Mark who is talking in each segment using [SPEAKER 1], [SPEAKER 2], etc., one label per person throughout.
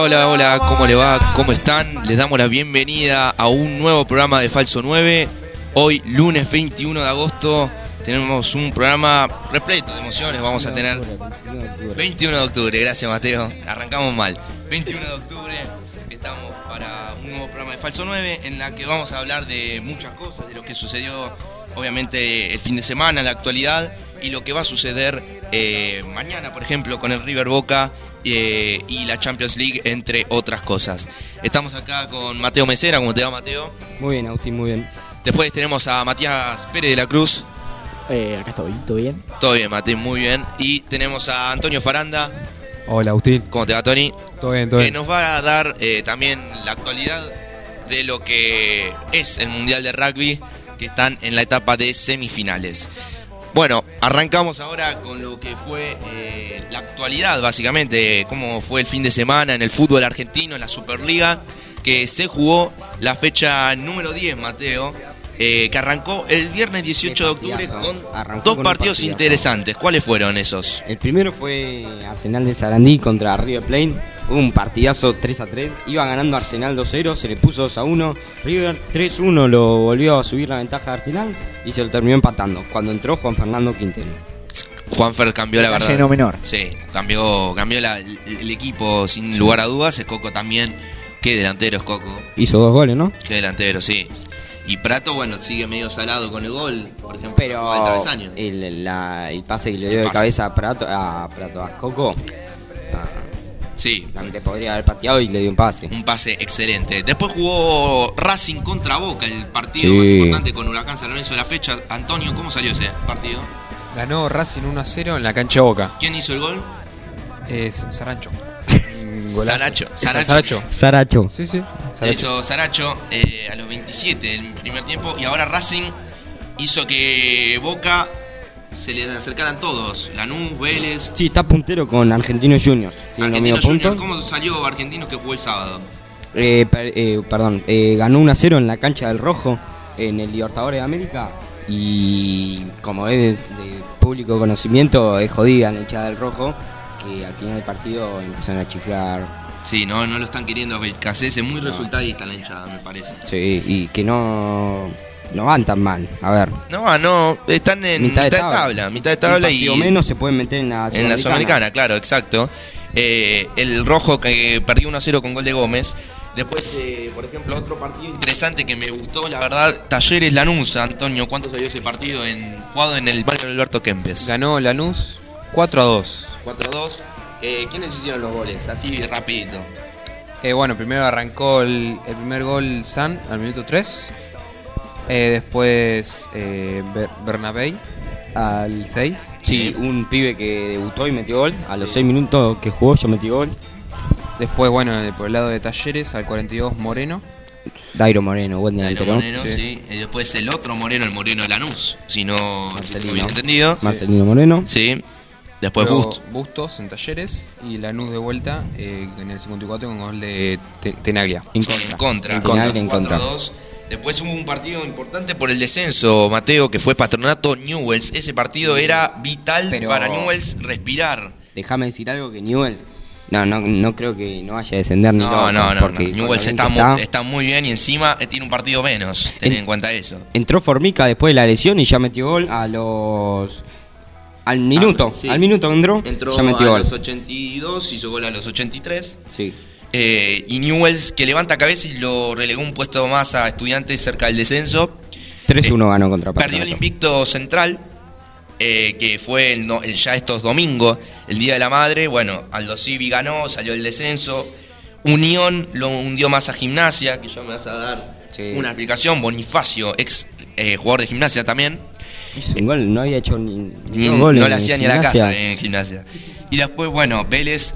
[SPEAKER 1] hola, hola, ¿cómo le va? ¿Cómo están? Les damos la bienvenida a un nuevo programa de Falso 9. Hoy, lunes 21 de agosto, tenemos un programa repleto de emociones. Vamos a tener 21 de octubre, gracias Mateo. Arrancamos mal. 21 de octubre, estamos para un nuevo programa de Falso 9 en la que vamos a hablar de muchas cosas, de lo que sucedió obviamente el fin de semana, la actualidad y lo que va a suceder eh, mañana, por ejemplo, con el River Boca eh, y la Champions League, entre otras cosas. Estamos acá con Mateo Mesera, ¿cómo te va Mateo?
[SPEAKER 2] Muy bien, Agustín, muy bien.
[SPEAKER 1] Después tenemos a Matías Pérez de la Cruz.
[SPEAKER 3] Eh, acá estoy, ¿todo bien?
[SPEAKER 1] Todo bien, Mateo, muy bien. Y tenemos a Antonio Faranda.
[SPEAKER 4] Hola, Agustín.
[SPEAKER 1] ¿Cómo te va, Tony?
[SPEAKER 4] Todo bien, todo bien.
[SPEAKER 1] Que nos va a dar eh, también la actualidad de lo que es el Mundial de Rugby, que están en la etapa de semifinales. Bueno, arrancamos ahora con lo que fue eh, la actualidad, básicamente, cómo fue el fin de semana en el fútbol argentino, en la Superliga, que se jugó la fecha número 10, Mateo, eh, que arrancó el viernes 18 de octubre con
[SPEAKER 2] Arrancó
[SPEAKER 1] dos
[SPEAKER 2] con un
[SPEAKER 1] partidos
[SPEAKER 2] partidazo.
[SPEAKER 1] interesantes. ¿Cuáles fueron esos?
[SPEAKER 2] El primero fue Arsenal de Sarandí contra River Plate. Hubo un partidazo 3 a 3. Iba ganando Arsenal 2-0, se le puso 2 a 1. River 3-1 lo volvió a subir la ventaja a Arsenal y se lo terminó empatando. Cuando entró Juan Fernando Quintero.
[SPEAKER 1] Juanfer cambió la verdad.
[SPEAKER 3] Lleno menor.
[SPEAKER 1] Sí, cambió, cambió la- el el equipo sin lugar a dudas. El Coco también. Qué delantero es Coco.
[SPEAKER 2] Hizo dos goles, ¿no?
[SPEAKER 1] Qué delantero, sí. Y Prato, bueno, sigue medio salado con el gol. Por ejemplo,
[SPEAKER 2] Pero eh,
[SPEAKER 1] el travesaño.
[SPEAKER 2] el, la- el pase que le
[SPEAKER 1] El
[SPEAKER 2] dio de
[SPEAKER 1] pase.
[SPEAKER 2] cabeza a Prato, a, Prato, a Coco, a-
[SPEAKER 1] Sí,
[SPEAKER 2] la- le podría haber pateado y le dio un pase.
[SPEAKER 1] un pase excelente. Después jugó Racing contra Boca, el partido
[SPEAKER 2] Sí.
[SPEAKER 1] más importante con Huracán San Lorenzo de la fecha. Antonio, ¿cómo salió ese partido?
[SPEAKER 4] Ganó Racing 1 a 0 en la cancha Boca.
[SPEAKER 1] ¿Quién hizo el gol?
[SPEAKER 4] Es Sarancho.
[SPEAKER 1] Saracho. Saracho.
[SPEAKER 4] Saracho.
[SPEAKER 3] Saracho.
[SPEAKER 4] Sí, sí.
[SPEAKER 1] sí. Lo
[SPEAKER 4] Saracho.
[SPEAKER 1] hizo Saracho eh, a los 27 en primer tiempo. Y ahora Racing hizo que Boca se le acercaran todos. Lanús, Vélez.
[SPEAKER 2] Sí, está puntero con Argentinos Juniors. Tiene los
[SPEAKER 1] Argentinos
[SPEAKER 2] mismos
[SPEAKER 1] Junior,
[SPEAKER 2] puntos.
[SPEAKER 1] ¿cómo salió Argentinos que jugó el sábado?
[SPEAKER 2] Eh, per- eh, perdón, eh, ganó 1 a 0 en la cancha del Rojo, en el Libertadores de América. Y como es de, de público conocimiento, es jodida la hinchada del Rojo, que al final del partido empezaron a chiflar.
[SPEAKER 1] Sí, no, no lo están queriendo a Belcacés, es muy resultadista la hinchada, me parece.
[SPEAKER 2] Sí, y que no, no van tan mal. A ver,
[SPEAKER 1] No, no, están en mitad, de, tabla, mitad de tabla
[SPEAKER 2] un
[SPEAKER 1] y
[SPEAKER 2] partido menos se pueden meter en la
[SPEAKER 1] en la Sudamericana, claro, exacto. Eh, el rojo que perdió 1-0 con gol de Gómez. Después, eh, por ejemplo, otro partido interesante que me gustó, la verdad, Talleres Lanús, Antonio, ¿cuánto salió ese partido en jugado en el barrio de Alberto Kempes?
[SPEAKER 4] Ganó Lanús 4 a 2.
[SPEAKER 1] 4-2. Eh, ¿Quiénes hicieron los goles? Así rapidito.
[SPEAKER 4] Eh, bueno, primero arrancó el, el primer gol San al minuto 3. después eh, Ber- Bernabé al 6.
[SPEAKER 2] Sí, un pibe que debutó y metió gol. A los 6 minutos que jugó, yo metí gol.
[SPEAKER 4] Después, bueno, eh, por el lado de Talleres al 42 Moreno.
[SPEAKER 2] Dairo Moreno, buen
[SPEAKER 1] Danilo
[SPEAKER 2] delantero.
[SPEAKER 1] Moreno,
[SPEAKER 4] Sí.
[SPEAKER 1] sí. Y después el otro Moreno, el Moreno Lanús, si no si estoy bien
[SPEAKER 2] Marcelino.
[SPEAKER 1] entendido.
[SPEAKER 2] Marcelino Moreno.
[SPEAKER 1] Sí. Después
[SPEAKER 4] Luego
[SPEAKER 1] Bust.
[SPEAKER 4] Bustos en Talleres y Lanús de vuelta eh, en el 54 con gol de Te- Tenaglia.
[SPEAKER 2] En
[SPEAKER 1] Sí,
[SPEAKER 2] contra.
[SPEAKER 1] en contra.
[SPEAKER 2] En contra, en
[SPEAKER 1] 4 a
[SPEAKER 2] contra.
[SPEAKER 1] 2. Después hubo un partido importante por el descenso, Mateo, que fue Patronato Newells. Ese partido era vital
[SPEAKER 2] Pero-
[SPEAKER 1] para Newells respirar.
[SPEAKER 2] Déjame decir algo que Newell's. No, no, no creo que no vaya a descender ni
[SPEAKER 1] No,
[SPEAKER 2] loco,
[SPEAKER 1] no, no.
[SPEAKER 2] porque
[SPEAKER 1] no.
[SPEAKER 2] con lo
[SPEAKER 1] Newells
[SPEAKER 2] bien
[SPEAKER 1] está,
[SPEAKER 2] que
[SPEAKER 1] mu- está muy bien y encima eh, tiene un partido menos. Ten en,
[SPEAKER 2] En-
[SPEAKER 1] cuenta eso.
[SPEAKER 2] Entró Formica después de la lesión y ya metió gol a los. Al minuto.
[SPEAKER 1] Ah, sí.
[SPEAKER 2] Al minuto que entró, ya metió gol.
[SPEAKER 1] 82, hizo gol a los 83.
[SPEAKER 2] Sí.
[SPEAKER 1] Eh, y Newells que levanta cabeza y lo relegó un puesto más a estudiantes cerca del descenso.
[SPEAKER 2] 3-1 ganó contra
[SPEAKER 1] Eh, Perdió el
[SPEAKER 2] Patronato.
[SPEAKER 1] invicto central, eh, que fue el, no- el ya estos domingos, el Día de la Madre. Bueno, Aldo Civi ganó, salió el descenso. Unión lo hundió más a gimnasia, que yo me vas a dar
[SPEAKER 2] Sí.
[SPEAKER 1] una explicación. Bonifacio, ex eh, jugador de gimnasia también.
[SPEAKER 2] Hizo un gol, no había hecho ni,
[SPEAKER 1] Ni-
[SPEAKER 2] dos
[SPEAKER 1] no
[SPEAKER 2] goles
[SPEAKER 1] le
[SPEAKER 2] en
[SPEAKER 1] hacía ni a la
[SPEAKER 2] gimnasia.
[SPEAKER 1] casa eh. en gimnasia. Y después, bueno, Vélez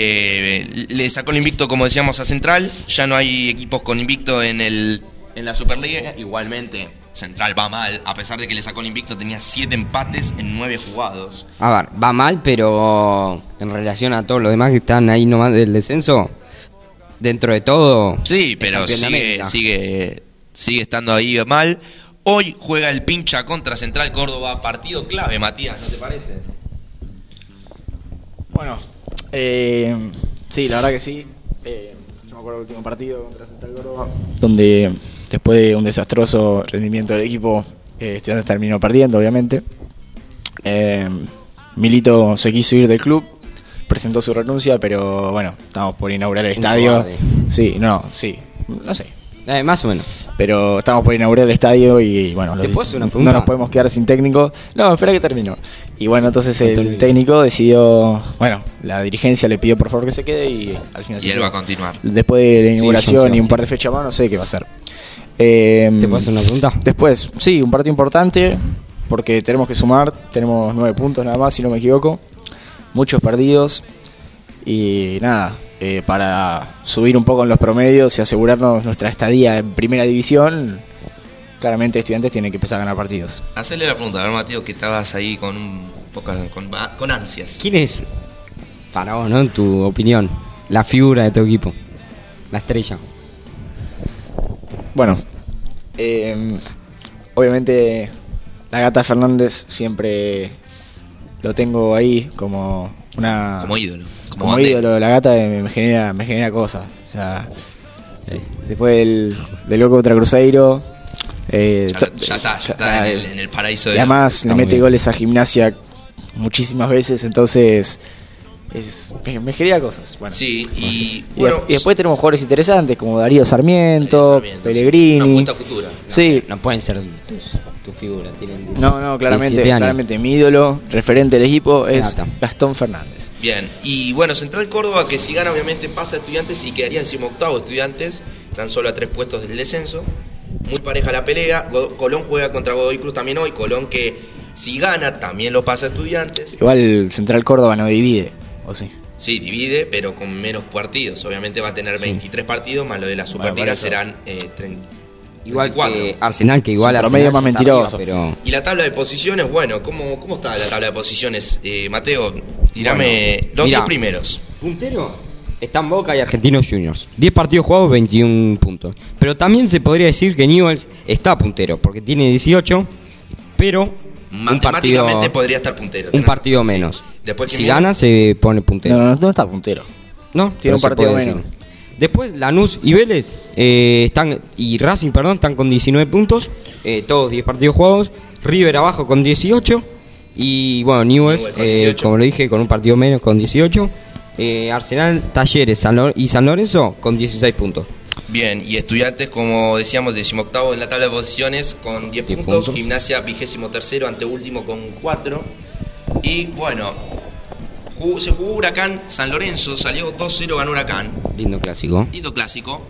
[SPEAKER 1] eh, le sacó el invicto, como decíamos, a Central. Ya no hay equipos con invicto en, el, en la Superliga. Igualmente, Central va mal. A pesar de que le sacó el invicto, tenía 7 empates en 9 jugados.
[SPEAKER 2] A ver, va mal, pero en relación a todos los demás que están ahí nomás del descenso, dentro de todo.
[SPEAKER 1] Sí,
[SPEAKER 2] es
[SPEAKER 1] pero
[SPEAKER 2] campeón de
[SPEAKER 1] sigue,
[SPEAKER 2] América.
[SPEAKER 1] sigue, sigue estando ahí mal. Hoy juega el pincha contra Central Córdoba. Partido clave, Matías, ¿no te parece?
[SPEAKER 3] Bueno, eh, sí, la verdad que sí. Eh, yo me acuerdo del último partido contra Central Córdoba, donde después de un desastroso rendimiento del equipo, eh, Estudiantes terminó perdiendo, obviamente. Eh, Milito se quiso ir del club, presentó su renuncia, pero bueno, estamos por inaugurar el
[SPEAKER 2] Un
[SPEAKER 3] estadio.
[SPEAKER 2] cobarde.
[SPEAKER 3] Sí, no, sí, no sé.
[SPEAKER 2] Eh, más o menos.
[SPEAKER 3] Pero estamos por inaugurar el estadio y bueno,
[SPEAKER 2] ¿Te
[SPEAKER 3] los-
[SPEAKER 2] puedo hacer una pregunta?
[SPEAKER 3] no nos podemos quedar sin técnico. No, espera que termino. Y bueno, entonces
[SPEAKER 2] te
[SPEAKER 3] el
[SPEAKER 2] olvido.
[SPEAKER 3] técnico decidió, bueno, la dirigencia le pidió por favor que se quede y al final
[SPEAKER 1] Y
[SPEAKER 3] se
[SPEAKER 1] él
[SPEAKER 3] quedó.
[SPEAKER 1] va a continuar.
[SPEAKER 3] Después de
[SPEAKER 2] Sí,
[SPEAKER 3] la inauguración
[SPEAKER 2] John
[SPEAKER 3] y un
[SPEAKER 2] Sebastián.
[SPEAKER 3] par de fechas más, no sé qué va a hacer. Eh,
[SPEAKER 2] ¿Te puedo hacer una pregunta?
[SPEAKER 3] Después, sí, un partido importante, porque tenemos que sumar, tenemos nueve puntos nada más, si no me equivoco, muchos perdidos, y nada, eh, para subir un poco en los promedios y asegurarnos nuestra estadía en primera división, claramente estudiantes tienen que empezar a ganar partidos.
[SPEAKER 1] Hacerle la pregunta, a ver, Mateo, que estabas ahí con un poca- con, ah, con ansias.
[SPEAKER 2] ¿Quién es, para vos, ¿no? en tu opinión, la figura de tu equipo? La estrella.
[SPEAKER 3] Bueno, eh, obviamente la gata Fernández siempre lo tengo ahí como una
[SPEAKER 1] Como ídolo. Como,
[SPEAKER 3] como
[SPEAKER 1] bandera.
[SPEAKER 3] ídolo, la gata me, me genera me genera cosas. O sea,
[SPEAKER 2] Sí.
[SPEAKER 3] después del, del loco contra Cruzeiro eh,
[SPEAKER 1] Ya, ya está, ya está en el, en el paraíso de
[SPEAKER 3] y
[SPEAKER 1] la-
[SPEAKER 3] además
[SPEAKER 2] Está
[SPEAKER 3] le
[SPEAKER 2] muy
[SPEAKER 3] mete
[SPEAKER 2] bien.
[SPEAKER 3] goles a gimnasia muchísimas veces, entonces es- me, me genera cosas. Bueno.
[SPEAKER 1] Sí, y
[SPEAKER 3] Y,
[SPEAKER 1] bueno,
[SPEAKER 3] de- y después tenemos jugadores interesantes como Darío Sarmiento,
[SPEAKER 1] Sarmiento,
[SPEAKER 3] Pellegrini.
[SPEAKER 1] sí, Una apuesta futura.
[SPEAKER 3] Sí,
[SPEAKER 2] No pueden ser tus, tu figura, tienen 17
[SPEAKER 3] no, no, claramente,
[SPEAKER 2] 17 años.
[SPEAKER 3] claramente mi ídolo, referente del equipo es
[SPEAKER 2] Gata.
[SPEAKER 3] Gastón Fernández.
[SPEAKER 1] Bien, y bueno, Central Córdoba que si gana obviamente pasa a estudiantes y quedaría octavo estudiantes, tan solo a tres puestos del descenso. Muy pareja la pelea, Go- Colón juega contra Godoy Cruz también hoy, Colón que si gana también lo pasa a estudiantes.
[SPEAKER 3] Igual Central Córdoba no divide, ¿o sí?
[SPEAKER 1] Sí, divide, pero con menos partidos. Obviamente va a tener 23 partidos, más lo de la Superliga
[SPEAKER 3] por eso.
[SPEAKER 1] serán eh, 30
[SPEAKER 2] Igual
[SPEAKER 1] 34.
[SPEAKER 2] que Arsenal, que igual
[SPEAKER 3] Su
[SPEAKER 2] Arsenal
[SPEAKER 3] promedio
[SPEAKER 2] ya
[SPEAKER 3] más
[SPEAKER 2] está arriba,
[SPEAKER 3] mentiroso.
[SPEAKER 2] pero
[SPEAKER 1] Y la tabla de posiciones, bueno, ¿cómo, cómo está la tabla de posiciones? Eh, Mateo, tirame
[SPEAKER 2] Bueno,
[SPEAKER 1] los
[SPEAKER 2] mirá.
[SPEAKER 1] 10 primeros.
[SPEAKER 2] Puntero están Boca y Argentinos Juniors. 10 partidos jugados, 21 puntos. Pero también se podría decir que Newells está puntero, porque tiene 18, pero un
[SPEAKER 1] Matemáticamente
[SPEAKER 2] partido,
[SPEAKER 1] podría estar puntero.
[SPEAKER 2] un
[SPEAKER 1] tenés
[SPEAKER 2] partido
[SPEAKER 1] razón, sí.
[SPEAKER 2] menos.
[SPEAKER 1] Después,
[SPEAKER 2] si
[SPEAKER 1] ¿quién viene?
[SPEAKER 2] gana, se pone puntero.
[SPEAKER 3] No, no, no está puntero.
[SPEAKER 2] No,
[SPEAKER 3] Tiene
[SPEAKER 2] pero
[SPEAKER 3] un
[SPEAKER 2] se
[SPEAKER 3] partido
[SPEAKER 2] puede
[SPEAKER 3] menos.
[SPEAKER 2] decir. Después Lanús y Vélez eh, están y Racing, perdón, están con 19 puntos, eh, todos 10 partidos jugados. River abajo con 18 y bueno Newell's,
[SPEAKER 1] Newell's con
[SPEAKER 2] eh,
[SPEAKER 1] 18.
[SPEAKER 2] como lo dije, con un partido menos con 18. Eh, Arsenal, Talleres San Lor- y San Lorenzo con 16 puntos.
[SPEAKER 1] Bien, y estudiantes, como decíamos, decimoctavo en la tabla de posiciones con 10
[SPEAKER 2] Diez
[SPEAKER 1] puntos,
[SPEAKER 2] puntos.
[SPEAKER 1] gimnasia vigésimo tercero, anteúltimo con 4. Y bueno, ju- se jugó Huracán San Lorenzo, salió 2-0, ganó Huracán,
[SPEAKER 2] Lindo clásico. ¿eh?
[SPEAKER 1] lindo clásico,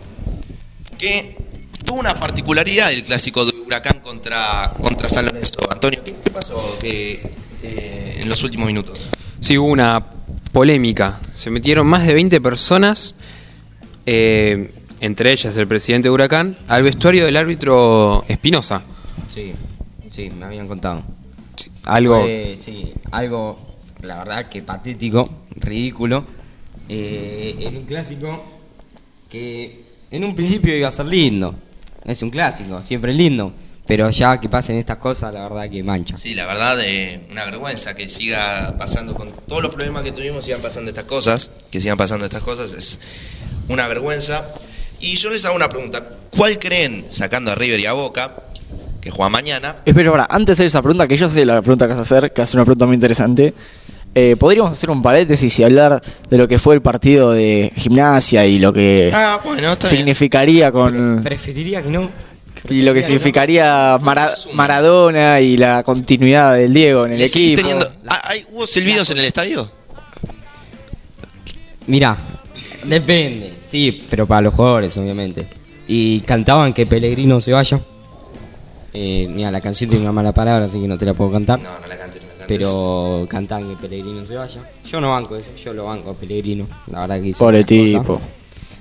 [SPEAKER 1] que tuvo una particularidad el clásico de Huracán contra, contra San Lorenzo. Antonio, ¿qué qué pasó que, eh, en los últimos minutos?
[SPEAKER 4] Sí, hubo una polémica. Se metieron más de 20 personas, eh, entre ellas el presidente de Huracán, al vestuario del árbitro Espinosa.
[SPEAKER 2] Sí, sí, me habían contado.
[SPEAKER 4] Algo.
[SPEAKER 2] Fue, sí, algo, la verdad que patético, ridículo. Eh, en un clásico que en un principio iba a ser lindo. Es un clásico, siempre lindo. Pero ya que pasen estas cosas, la verdad que mancha.
[SPEAKER 1] Sí, la verdad, eh, una vergüenza que siga pasando con todos los problemas que tuvimos, sigan pasando estas cosas, que sigan pasando estas cosas, es una vergüenza. Y yo les hago una pregunta, ¿cuál creen, sacando a River y a Boca, que juega mañana?
[SPEAKER 3] Espera, ahora, Eh, antes de hacer esa pregunta, que yo sé la pregunta que vas a hacer, que es una pregunta muy interesante, eh, podríamos hacer un paréntesis y hablar de lo que fue el partido de gimnasia y lo que
[SPEAKER 1] Ah, bueno, está bien.
[SPEAKER 3] significaría con...
[SPEAKER 2] Preferiría que no.
[SPEAKER 3] Y lo que significaría Mara- Maradona y la continuidad del Diego en el
[SPEAKER 1] Le seguís
[SPEAKER 3] equipo.
[SPEAKER 1] teniendo- Ah, ¿hay- ¿Hubo silbidos en el estadio?
[SPEAKER 2] Mirá, depende. Sí, pero para los jugadores, obviamente. Y cantaban que Pellegrino se vaya. Eh, mira, la canción tiene una mala palabra, así que no te la puedo cantar.
[SPEAKER 1] No, no la canté, no la canté.
[SPEAKER 2] Pero cantan que Pellegrino se vaya. Yo no banco eso, yo lo banco a Pellegrino. La verdad que hizo
[SPEAKER 3] Pobre
[SPEAKER 2] buenas cosas.
[SPEAKER 3] tipo.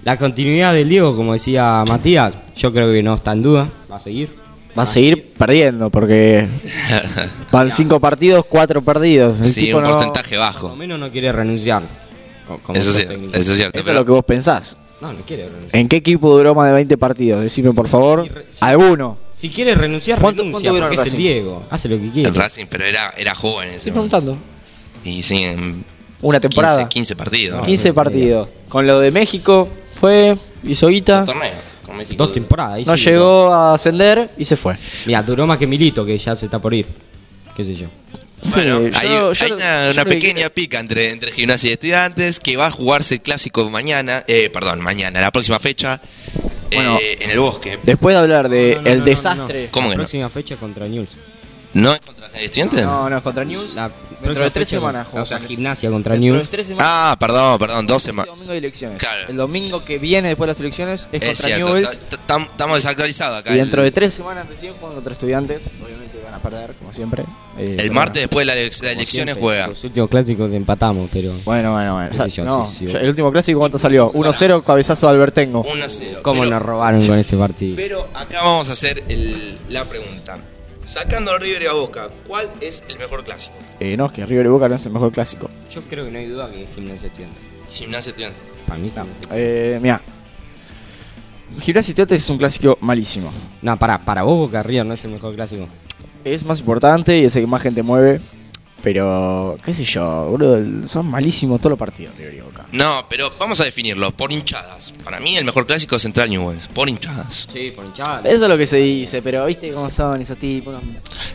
[SPEAKER 2] La continuidad del Diego, como decía Matías, yo creo que no está en duda. Va a seguir.
[SPEAKER 3] Va a seguir perdiendo porque van cinco partidos, cuatro perdidos. El
[SPEAKER 1] sí,
[SPEAKER 3] tipo
[SPEAKER 1] un
[SPEAKER 3] no-
[SPEAKER 1] porcentaje
[SPEAKER 2] Por lo
[SPEAKER 1] bajo.
[SPEAKER 2] menos no quiere renunciar. O- como
[SPEAKER 1] Eso
[SPEAKER 2] otros
[SPEAKER 1] sí,
[SPEAKER 2] técnicos.
[SPEAKER 1] eso es cierto.
[SPEAKER 3] Eso es
[SPEAKER 1] pero-
[SPEAKER 3] lo que vos pensás.
[SPEAKER 2] No, no quiere renunciar.
[SPEAKER 3] ¿En qué equipo duró más de 20 partidos? Decime por favor.
[SPEAKER 2] Sí, re- sí.
[SPEAKER 3] Alguno.
[SPEAKER 2] Si quiere renunciar,
[SPEAKER 3] ¿Cuánto-
[SPEAKER 2] renuncia,
[SPEAKER 3] cuánto duró
[SPEAKER 2] porque
[SPEAKER 3] el
[SPEAKER 2] es el
[SPEAKER 3] Racing?
[SPEAKER 2] Diego. Hace lo que quiere.
[SPEAKER 1] el Racing, pero era, era joven en ese
[SPEAKER 3] Estoy
[SPEAKER 1] momento.
[SPEAKER 3] preguntando.
[SPEAKER 1] Y sí, en- 15,
[SPEAKER 3] una temporada.
[SPEAKER 1] 15 partidos.
[SPEAKER 3] 15 partidos. Con lo de México fue, hizo guita,
[SPEAKER 1] Un torneo con México.
[SPEAKER 2] Dos temporadas. ahí
[SPEAKER 3] no
[SPEAKER 2] sí,
[SPEAKER 3] llegó a ascender y se fue.
[SPEAKER 2] Mira, duró más que Milito, que ya se está por ir. Qué sé yo.
[SPEAKER 1] Bueno,
[SPEAKER 3] Sí,
[SPEAKER 1] hay,
[SPEAKER 3] yo- yo-
[SPEAKER 1] hay una,
[SPEAKER 3] yo
[SPEAKER 1] una
[SPEAKER 3] lo que
[SPEAKER 1] pequeña pica entre, entre gimnasia y estudiantes que va a jugarse el clásico mañana, eh, perdón, mañana, la próxima fecha, eh,
[SPEAKER 3] Bueno.
[SPEAKER 1] en el bosque.
[SPEAKER 3] Después de hablar de
[SPEAKER 2] No, no, no,
[SPEAKER 3] el
[SPEAKER 2] no,
[SPEAKER 3] desastre.
[SPEAKER 2] no.
[SPEAKER 1] ¿Cómo
[SPEAKER 2] La
[SPEAKER 1] que no?
[SPEAKER 2] próxima fecha contra News.
[SPEAKER 1] ¿No es contra estudiantes?
[SPEAKER 3] No, no, contra News.
[SPEAKER 2] La
[SPEAKER 3] dentro de
[SPEAKER 2] próxima
[SPEAKER 3] tres
[SPEAKER 2] fecha con-
[SPEAKER 3] semanas.
[SPEAKER 2] O sea,
[SPEAKER 3] Juan.
[SPEAKER 2] gimnasia contra
[SPEAKER 3] Dentro de
[SPEAKER 2] News.
[SPEAKER 3] tres semanas.
[SPEAKER 1] Ah, perdón, perdón, dos semanas.
[SPEAKER 3] Este domingo hay elecciones.
[SPEAKER 1] Claro.
[SPEAKER 3] El domingo que viene después de las elecciones es,
[SPEAKER 1] Es
[SPEAKER 3] contra
[SPEAKER 1] cierto,
[SPEAKER 3] Newell's.
[SPEAKER 1] ta- ta- tam- estamos desactualizados acá.
[SPEAKER 3] Y dentro de
[SPEAKER 1] el,
[SPEAKER 3] tres semanas recién juegan contra estudiantes. Obviamente van a perder, como siempre. Eh,
[SPEAKER 1] el
[SPEAKER 3] pero
[SPEAKER 1] martes después de la elec- las elecciones
[SPEAKER 2] Siempre,
[SPEAKER 1] juega.
[SPEAKER 2] Los últimos clásicos empatamos, pero.
[SPEAKER 3] Bueno, bueno, bueno.
[SPEAKER 2] Qué sé yo,
[SPEAKER 3] No,
[SPEAKER 2] sí, sí,
[SPEAKER 3] yo-
[SPEAKER 2] bueno.
[SPEAKER 3] El último clásico, ¿cuánto salió? 1-0, cabezazo de Albertengo.
[SPEAKER 1] 1-0.
[SPEAKER 2] ¿Cómo
[SPEAKER 1] Pero-
[SPEAKER 2] nos robaron con ese partido?
[SPEAKER 1] Pero acá vamos a hacer el- la pregunta. Sacando a River y a Boca, ¿cuál es el mejor clásico?
[SPEAKER 3] Eh, no, es que River y Boca no es el mejor clásico.
[SPEAKER 2] Yo creo que no hay duda que es gimnasia estudiante.
[SPEAKER 1] Gimnasia Estudiantes.
[SPEAKER 2] Para mí, gimnasia estudiante.
[SPEAKER 3] Eh, mira. Gimnasia y Estudiantes es un clásico malísimo.
[SPEAKER 2] No, para, para vos, Boca River no es el mejor clásico.
[SPEAKER 3] Es más importante y es el que más gente mueve. Pero, qué sé yo, boludo, son malísimos todos los partidos, River y Boca.
[SPEAKER 1] No, pero vamos a definirlo, por hinchadas. Para mí el mejor clásico es Central Newells, por hinchadas.
[SPEAKER 2] Sí, por hinchada.
[SPEAKER 3] Eso es lo que se dice, pero viste cómo son esos tipos.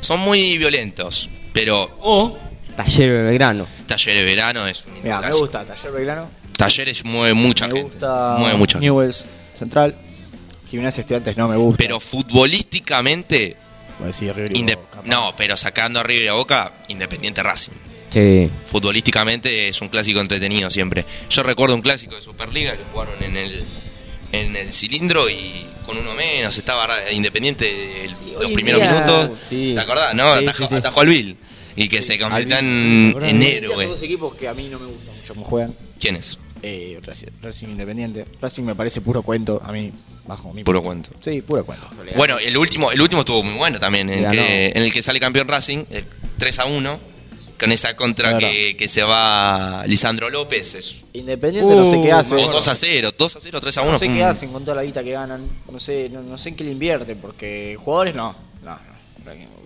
[SPEAKER 1] Son muy violentos, pero
[SPEAKER 2] O Taller de Belgrano.
[SPEAKER 1] Taller de Verano es un
[SPEAKER 3] Mira, me
[SPEAKER 1] clásico.
[SPEAKER 3] gusta Taller Belgrano.
[SPEAKER 1] Talleres mueve mucha
[SPEAKER 3] me
[SPEAKER 1] gente.
[SPEAKER 3] gusta
[SPEAKER 1] mueve mucha gente.
[SPEAKER 3] Newell's Central. Gimnasia y Estudiantes no me gusta.
[SPEAKER 1] Pero futbolísticamente,
[SPEAKER 3] Voy a decir River y
[SPEAKER 1] inde-
[SPEAKER 3] Boca, capaz.
[SPEAKER 1] no, pero sacando a River y a Boca, Independiente Racing.
[SPEAKER 2] Sí.
[SPEAKER 1] Futbolísticamente es un clásico entretenido siempre. Yo recuerdo un clásico de Superliga que jugaron en el en el cilindro y con uno menos estaba Ra- Independiente el- los
[SPEAKER 3] hoy
[SPEAKER 1] primeros
[SPEAKER 3] en día-
[SPEAKER 1] minutos.
[SPEAKER 2] Sí.
[SPEAKER 1] ¿Te acordás? No,
[SPEAKER 2] Sí,
[SPEAKER 1] atajó,
[SPEAKER 2] sí, sí.
[SPEAKER 1] atajó al Bill. Y que se convirtió
[SPEAKER 2] Alvil.
[SPEAKER 1] en,
[SPEAKER 2] Ahora,
[SPEAKER 1] en
[SPEAKER 2] ¿no?
[SPEAKER 1] héroe.
[SPEAKER 3] Son dos equipos que a mí no me gustan mucho cómo juegan.
[SPEAKER 1] ¿Quién es?
[SPEAKER 3] Eh, Racing, Racing Independiente. Racing me parece puro cuento a mí, bajo mi.
[SPEAKER 1] Puro cuento.
[SPEAKER 3] Sí, puro cuento.
[SPEAKER 1] Bueno, el último, el último estuvo muy bueno también, en el,
[SPEAKER 2] Le
[SPEAKER 1] que,
[SPEAKER 2] ganó.
[SPEAKER 1] en el que sale campeón Racing, eh, 3 a 1, con esa contra
[SPEAKER 3] Claro.
[SPEAKER 1] que, que se va Lisandro López. es- Uh,
[SPEAKER 3] Independiente no sé qué hace.
[SPEAKER 1] o 2 a 0, 2 a 0, 3 a 1.
[SPEAKER 3] No sé qué hacen con toda la guita que ganan. No sé, no, no sé en qué le invierten, porque jugadores no. No, no.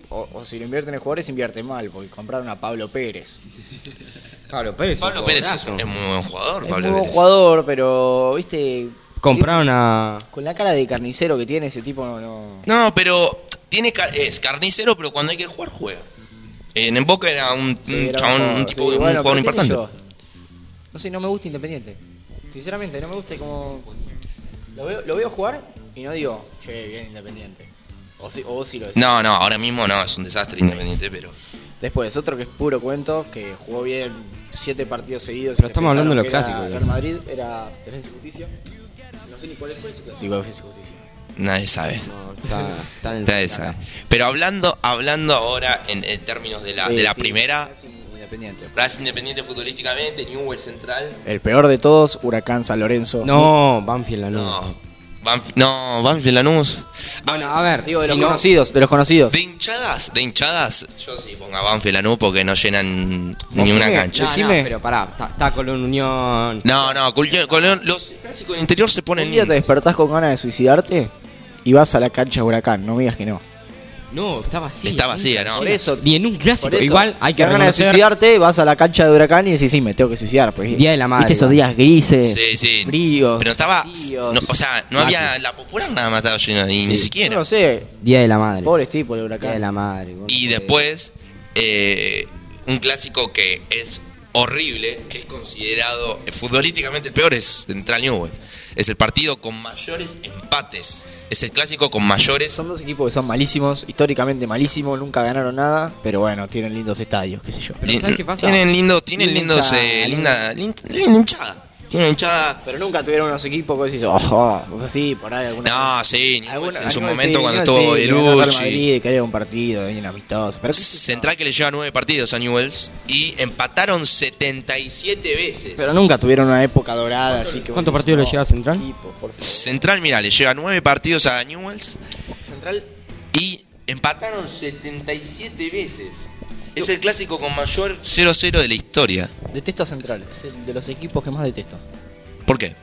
[SPEAKER 3] O, o si lo invierten en jugadores, invierten mal, porque compraron a Pablo Pérez.
[SPEAKER 2] Pablo Pérez.
[SPEAKER 1] Pablo
[SPEAKER 2] un
[SPEAKER 1] Pérez es,
[SPEAKER 2] jugadorazo.
[SPEAKER 1] es muy buen jugador.
[SPEAKER 3] Es
[SPEAKER 1] Pablo
[SPEAKER 3] muy buen
[SPEAKER 1] Pérez.
[SPEAKER 3] jugador, pero, viste.
[SPEAKER 2] Compraron a.
[SPEAKER 3] Con la cara de carnicero que tiene ese tipo, no. no-
[SPEAKER 1] No, pero tiene car- es carnicero, pero cuando hay que jugar, juega. En, en Boca era un,
[SPEAKER 3] Sí,
[SPEAKER 1] un
[SPEAKER 3] era
[SPEAKER 1] Mm, chabón,
[SPEAKER 3] mejor.
[SPEAKER 1] un
[SPEAKER 3] Sí,
[SPEAKER 1] tipo, un
[SPEAKER 3] bueno, pero
[SPEAKER 1] jugador
[SPEAKER 3] qué sé
[SPEAKER 1] importante.
[SPEAKER 3] yo. No sé, no me gusta Independiente. Sinceramente, no me gusta como. Lo veo, lo veo jugar y no digo, che, bien Independiente. O sí, o vos sí lo decís.
[SPEAKER 1] No, no, ahora mismo no, es un desastre independiente, pero.
[SPEAKER 3] Después, otro que es puro cuento, que jugó bien siete partidos seguidos. y
[SPEAKER 2] Pero
[SPEAKER 3] se
[SPEAKER 2] estamos hablando de los
[SPEAKER 3] pensaron que
[SPEAKER 2] clásicos,
[SPEAKER 3] era Real Madrid era Defensa y Justicia. No sé ni cuál fue ese clásico. Defensa y Justicia.
[SPEAKER 1] Nadie sabe.
[SPEAKER 2] No, está, está en
[SPEAKER 1] Nadie sabe. Pero hablando, hablando ahora en, en términos de la,
[SPEAKER 3] Sí,
[SPEAKER 1] de la
[SPEAKER 3] sí,
[SPEAKER 1] primera,
[SPEAKER 3] Racing Independiente.
[SPEAKER 1] Racing Independiente futbolísticamente, Newell Central.
[SPEAKER 3] El peor de todos, Huracán San Lorenzo.
[SPEAKER 2] No, Banfield la no.
[SPEAKER 1] No. Banf- no, Banfield Lanús.
[SPEAKER 2] Bueno, a ver,
[SPEAKER 3] Digo, de los
[SPEAKER 2] si no-
[SPEAKER 3] conocidos, de los conocidos.
[SPEAKER 1] De hinchadas, de hinchadas, yo sí pongo a Banfield Lanús porque no llenan ni
[SPEAKER 3] Decime,
[SPEAKER 1] una
[SPEAKER 2] No,
[SPEAKER 1] cancha.
[SPEAKER 2] no,
[SPEAKER 3] Decime.
[SPEAKER 2] pero pará, está, está Colón Unión.
[SPEAKER 1] No, no, Colón- Colón- los clásicos del interior se ponen.
[SPEAKER 3] Un día te despertás con ganas de suicidarte y vas a la cancha de Huracán, no me digas que no.
[SPEAKER 2] No, está vacía.
[SPEAKER 1] Está vacía, ¿no?
[SPEAKER 3] Por eso-
[SPEAKER 2] Ni en un clásico.
[SPEAKER 3] Por eso,
[SPEAKER 2] Igual hay que
[SPEAKER 3] te dan ganas de
[SPEAKER 2] reconocer.
[SPEAKER 3] suicidarte, vas a la cancha de Huracán y decís, sí, me tengo que suicidar. porque-
[SPEAKER 2] Día de la madre,
[SPEAKER 3] Viste esos
[SPEAKER 2] igual.
[SPEAKER 3] días grises,
[SPEAKER 1] Sí, sí.
[SPEAKER 3] fríos.
[SPEAKER 1] Pero estaba.
[SPEAKER 3] fríos.
[SPEAKER 1] no, o sea, no
[SPEAKER 2] Mate.
[SPEAKER 1] había. La popular nada más estaba llena, y ni
[SPEAKER 3] Yo
[SPEAKER 1] siquiera.
[SPEAKER 3] no sé,
[SPEAKER 2] Día de la madre.
[SPEAKER 3] pobres tipos de Huracán.
[SPEAKER 2] Día de la madre. vos
[SPEAKER 1] Y
[SPEAKER 2] no podés.
[SPEAKER 1] después, eh, un clásico que es horrible, que es considerado eh, futbolísticamente el peor, es Central Newell's. Es el partido con mayores empates. Es el clásico con mayores.
[SPEAKER 3] Son dos equipos que son malísimos, históricamente malísimos, nunca ganaron nada, pero bueno, tienen lindos estadios, qué sé yo.
[SPEAKER 2] Pero ¿sabes qué pasa?
[SPEAKER 1] Tienen lindo, tienen
[SPEAKER 3] Linda-
[SPEAKER 1] lindos, eh, linda, lin- linda hinchada. Tienen hinchada.
[SPEAKER 3] Pero nunca tuvieron unos equipos que decís, ojo, o sea, sí, por ahí alguna
[SPEAKER 1] No, sí, Newell's
[SPEAKER 3] Alguna-
[SPEAKER 1] en su
[SPEAKER 3] alguna-
[SPEAKER 1] momento
[SPEAKER 3] sí,
[SPEAKER 1] cuando
[SPEAKER 3] alguna-
[SPEAKER 1] estuvo
[SPEAKER 3] sí,
[SPEAKER 1] el
[SPEAKER 3] que ganó el Real
[SPEAKER 1] Belucci.
[SPEAKER 3] Madrid, que era un partido, y un amistoso. Pero, qué sé yo.
[SPEAKER 1] Central que le lleva nueve partidos a Newell's y empataron 77 veces.
[SPEAKER 3] Pero nunca tuvieron una época dorada, así que.
[SPEAKER 2] cuántos
[SPEAKER 3] vos
[SPEAKER 2] partidos le
[SPEAKER 3] decís,
[SPEAKER 2] lleva Central?
[SPEAKER 3] equipo, por favor.
[SPEAKER 1] Central, mira, le lleva nueve partidos a Newell's
[SPEAKER 3] Central
[SPEAKER 1] y empataron 77 veces. Es el clásico con mayor 0-0 de la historia.
[SPEAKER 3] Detesto a Central, es el de los equipos que más detesto.
[SPEAKER 1] ¿Por qué?